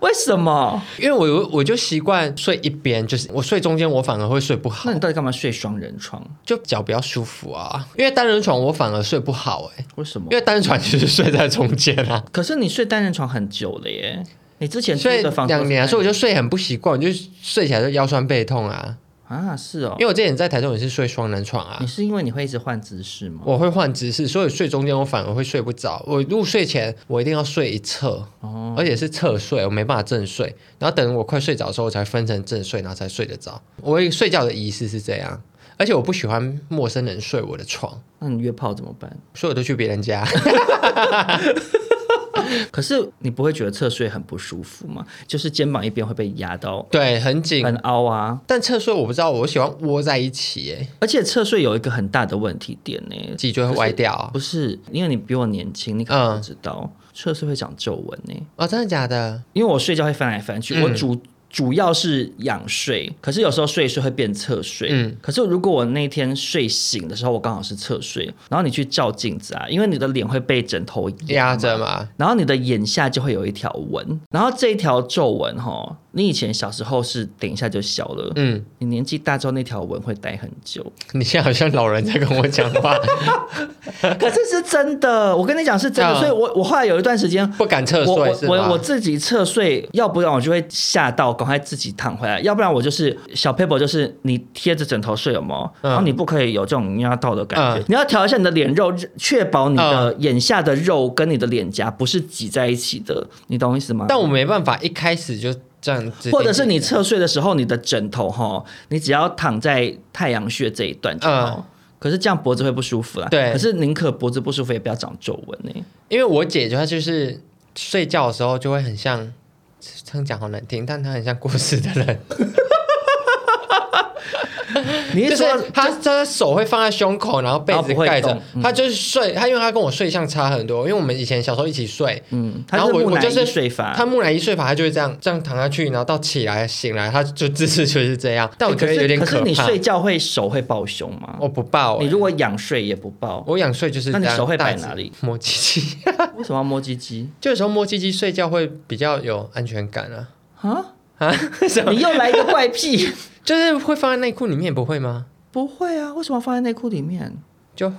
为什么？
因为我我就习惯睡一边，就是我睡中间我反而会睡不好
那，你到底干嘛睡双人床？
就脚比较舒服啊，因为单人床我反而睡不好、欸，
为什么
因？为单人床就是睡在中间
*laughs*
啊。
可是你睡单人床很久了耶，你之前住
睡
的房
两年啊、所以我
就
就睡很不习惯，我就睡起来就腰酸背痛啊。
啊是哦
因，为我之前在台中也是睡双人床啊
你，是因为你会一直换姿势吗？
我会换姿势，所以睡中间我反而会睡不着。我入睡前我一定要睡一侧，
哦
而且是侧睡，我没办法正睡。然后等我快睡着的时候，我才分成正睡，然后才睡得着。我一睡觉的仪式是这样，而且我不喜欢陌生人睡我的床，
那你约炮怎么办？
所以我都去别人
*laughs*
家。
可是你不会觉得侧睡很不舒服吗？就是肩膀一边会被压到
对，很紧
很。凹啊，
但侧睡我不知道，我喜欢窝在一起，哎，
而且侧睡有一个很大的问题点呢、
脊椎会歪掉啊、
不是因为你比我年轻，你可
嗯
能不知道，侧睡会长皱纹呢。
哦，真的假的？嗯
因为我睡觉会翻来翻去，我主主要是仰睡，可是有时候睡一睡会变侧睡。
嗯
嗯，可是如果我那天睡醒的时候，我刚好是侧睡，然后你去照镜子啊，因为你的脸会被枕头
压
压
着嘛，
然后你的眼下就会有一条纹，然后这条皱纹哈，你以前小时候是等一下就消了，
嗯，
你年纪大之后那条纹会待很久，
你现在好像老人在跟我讲
*laughs*
话，
可是是真的，我跟你讲是真的，
嗯
所以我我后来有一段时间。
不敢侧
我
睡
我
是
我我
吗？
自己侧睡，要不然我就会吓到，赶快自己躺回来；要不然我就是小 paper，就是你贴着枕头睡，有没有？
嗯
然后你不可以有这种压到的感觉，
嗯
你要调一下你的脸肉，确保你的眼下的肉跟你的脸颊不是挤在一起的，你懂我意思吗？
但我没办法一开始就这样子，
嗯或者是你侧睡的时候，你的枕头哈，你只要躺在太阳穴这一段就好。可是这样脖子会不舒服啦。
嗯
啊
对
可是宁可脖子不舒服，也不要长皱纹欸呢。
因为我姐就她就是睡觉的时候就会很像，这样讲好难听，但她很像过世的人，
你
就
一
是
说
她她手会放在胸口，然后被
然后
子
不会
盖着
动，嗯
她就是睡，她因为她跟我睡相差很多，因为我们以前小时候一起睡，
嗯，
然
他
后
是
我
木
我
乃
就
伊
是
睡法。
她木乃伊睡法，她就会这样这样躺下去，然后到起来醒来，她就姿势就是这样，但我觉
哎可
得
是
有点
可
怕。
是你睡觉会手会抱胸吗？
我不抱、
你
欸，
如果仰睡也不
*laughs*
抱，
我想睡就是
那你
这样
手会
大
摆
指
哪里？
摸鸡鸡，
为什么要摸鸡鸡
就有时候摸鸡鸡睡觉会比较有安全感啊。
啊？ *laughs*
啊，什么
你又来一个
*laughs*
怪癖？
就是会放在内裤里面，不会吗？
不会啊，为什么要放在内裤里面？
就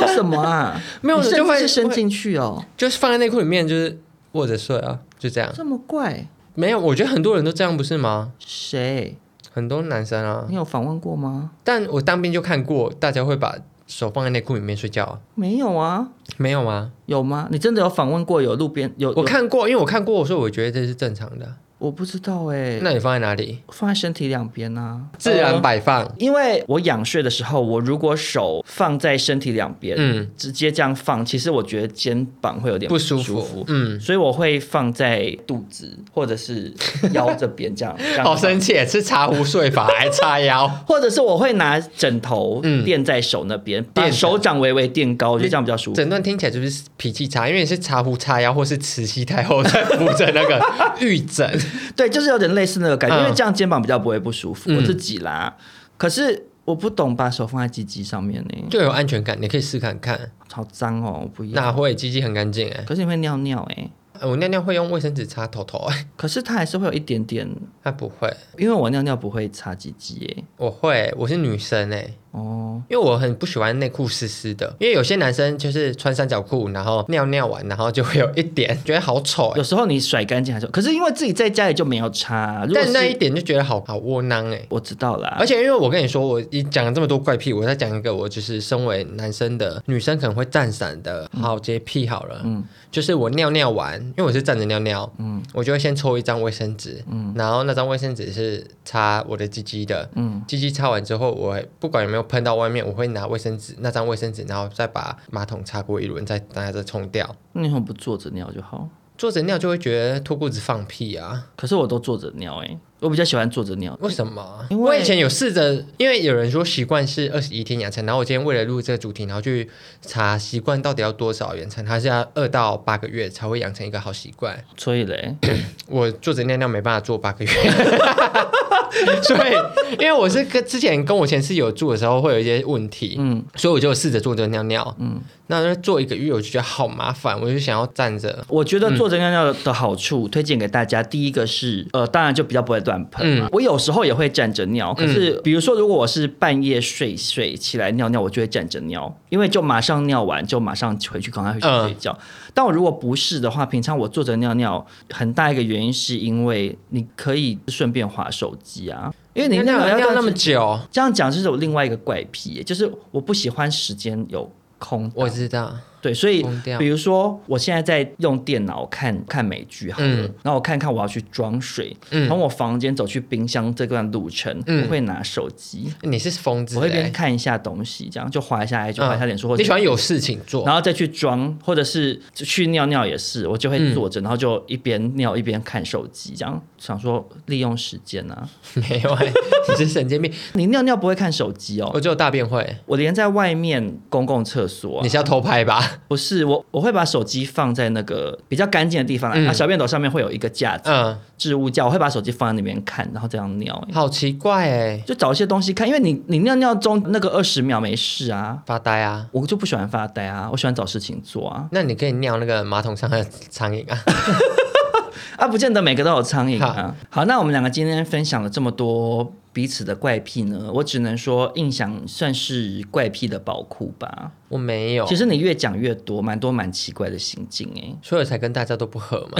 为什么啊？
*laughs* 没有我
你
就
甚至
会
是伸
会
进去哦，
就是放在内裤里面，就是握着睡啊，就这样。
这么怪？
没有，我觉得很多人都这样，不是吗？
谁？
很多男生啊
你，有访问过吗？
但我当兵就看过，大家会把手放在内裤里面睡觉、啊，
没有啊，
没有吗？
有吗？你真的有访问过有路边有？
我
有，
看过，因为我看过，所以我觉得这是正常的。
我不知道哎、
那你放在哪里？
放在身体两边啊，
自然摆放。
因为我仰睡的时候，我如果手放在身体两边，
嗯，
直接这样放，其实我觉得肩膀会有点
不舒
舒
服嗯
所以我会放在肚子或者是腰这
*laughs*
边这样，这样
好生气，是茶壶睡法还叉腰，
或者是我会拿枕头
嗯
垫在手那边，
垫着
把手掌微微垫高，我觉得这样比较舒服。
整段听起来就是脾气差，因为是茶壶叉腰，或是慈禧太后在扶着那 *laughs* 个玉枕。
对，就是有点类似那个感觉，
嗯
因为这样肩膀比较不会不舒服。
嗯
我自己啦，可是我不懂把手放在鸡鸡上面呢，
就有安全感，你可以试看看。
好脏哦，我不
哪
要。
会鸡鸡很干净哎，
可是你会尿尿哎、
呃我尿尿会用卫生纸擦头头 *laughs* 哎，
可是它还是会有一点点，
他不会，
因为我尿尿不会擦鸡鸡哎。
我会，我是女生哎，
哦，
因为我很不喜欢内裤湿湿的，因为有些男生就是穿三角裤，然后尿尿完，然后就会有一点，觉得好丑哎
有，时候你甩干净还是，可是因为自己在家里就没有擦，如果
但
是
那一点就觉得好好窝囊哎。
我知道啦，
而且，因为我跟你说，我你讲了这么多怪癖，我再讲一个，我就是身为男生的女生可能会站伞的好洁癖好了，嗯，就是我尿尿完，因为我是站着尿尿，嗯，我就会先抽一张卫生纸，嗯，然后那张卫生纸是擦我的鸡鸡的，嗯，鸡鸡擦完之后，我会不管有没有喷到外面，我会拿卫生纸那张卫生纸，然后再把马桶擦过一轮，再拿着冲掉。
那你为什么不坐着尿就好？
坐着尿就会觉得脱裤子放屁啊？
可是我都坐着尿哎、我比较喜欢坐着尿。
为什么？
因为
我以前有试着，因为有人说习惯是二十一天养成，然后我今天为了录这个主题，然后去查习惯到底要多少养成，它是要二到八个月才会养成一个好习惯。
所以嘞，
我坐着尿尿没办法坐八个月， *laughs* 所以因为我是跟之前跟我前室友住的时候会有一些问题，嗯
嗯，
所以我就试着坐着尿尿，嗯，那就坐一个月我就觉得好麻烦，我就想要站着，
我觉得坐着尿尿的好处，推荐给大家。第一个是，呃，当然就比较不会乱喷嘛。
嗯
我有时候也会站着尿，可是比如说，如果我是半夜睡睡起来尿尿，我就会站着尿，因为就马上尿完就马上回去赶快回去
嗯
睡觉。但我如果不是的话，平常我坐着尿尿，很大一个原因是因为你可以顺便划手机啊，因为你
尿
尿
尿
尿
尿
要啊
那么久，
这样讲是有另外一个怪癖，就是我不喜欢时间有空
我知道，
对，所以
疯掉
比如说我现在在用电脑看看美剧好了，
嗯
然后我看看我要去装水，
嗯
从我房间走去冰箱这段路程，
嗯
我会拿手机，
你是疯子、欸，嗯
我会边看一下东西，这样就滑一下 IG，滑一下脸书，或
啊你
者
喜欢有事情做
然后再去装，或者是去尿尿也是，我就
嗯
会坐着，然后就一边尿一边看手机，这样想说利用时间啊。
*laughs* 没有、欸？你是神经病，
你尿尿不会看手机哦，
我只有大便会。
我连在外面公共厕所啊、
你是要偷拍吧？
*laughs*
吧？
不是我，我会把手机放在那个比较干净的地方，
嗯
啊，小便斗上面会有一个架子，
嗯，
置物架，我会把手机放在那边看，然后这样尿、欸
好奇怪哎、
就找一些东西看，因为你你尿尿中那个二十秒没事啊，
发呆啊！
我就不喜欢发呆啊，我喜欢找事情做啊，
那你可以尿那个马桶上的苍蝇
*laughs*
啊！
啊，不见得每个都有苍蝇啊。好，那我们两个今天分享了这么多彼此的怪癖呢，我只能说印象算是怪癖的宝库吧。
我没有，
其实你越讲越多，蛮多蛮奇怪的行径哎、
所以我才跟大家都不合
*laughs*
嘛。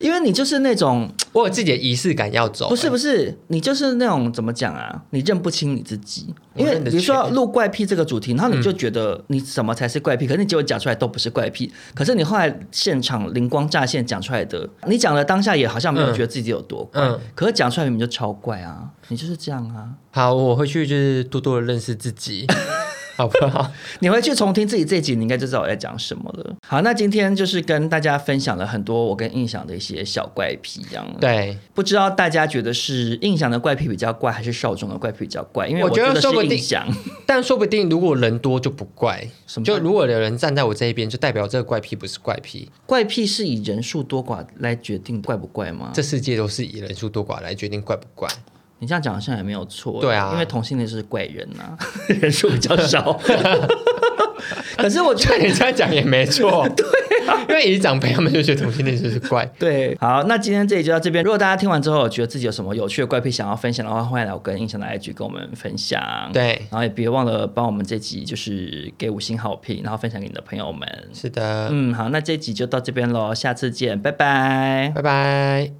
因为你就是那种
我有自己的仪式感要走、
不是不是，你就是那种怎么讲啊？你认不清你自己，
我
因为
认得嗯
比如说
全
录怪癖这个主题，然后你就觉得你什么才是怪癖，可是你结果讲出来都不是怪癖，可是你后来现场灵光乍现讲出来的，你讲了当下也好像没有
嗯
觉得自己有多怪，
嗯
可是讲出来明明就超怪啊！你就是这样啊！
好，我回去就是多多的认识自
*laughs*
己，好不好？
你回去重听自己这一集，你应该就知道我在讲什么了。好，那今天就是跟大家分享了很多我跟印象的一些小怪癖，这样。
对，
不知道大家觉得是印象的怪癖比较怪，还是少中的怪癖比较怪？因为
我觉得
得
说不
是
定
印象。
但说不定如果人多就不怪
什，么
就如果有人站在我这一边，就代表这个怪癖不是怪癖。
*laughs* 怪癖是以人数多寡来决定怪不怪吗？
这世界都是以人数多寡来决定怪不怪。 *laughs*
你这样讲好像也没有错。
对啊
因为同性恋就是怪人呐、 *laughs* 人数比较 *laughs* 少。可是我觉
对
得。
你这样讲也没
*laughs*
错，对、啊，因为以长辈他们就觉得同性恋就是怪。
对，好，那今天这里就到这边。如果大家听完之后，有觉得自己有什么有趣的怪癖想要分享的话，欢迎来我跟印象的 IG 跟我们分享。，
对，
然后也别忘了帮我们这集就是给五星好评，然后分享给你的朋友们。
是的，
嗯嗯，好，那这集就到这边喽，下次见，拜拜。
拜拜。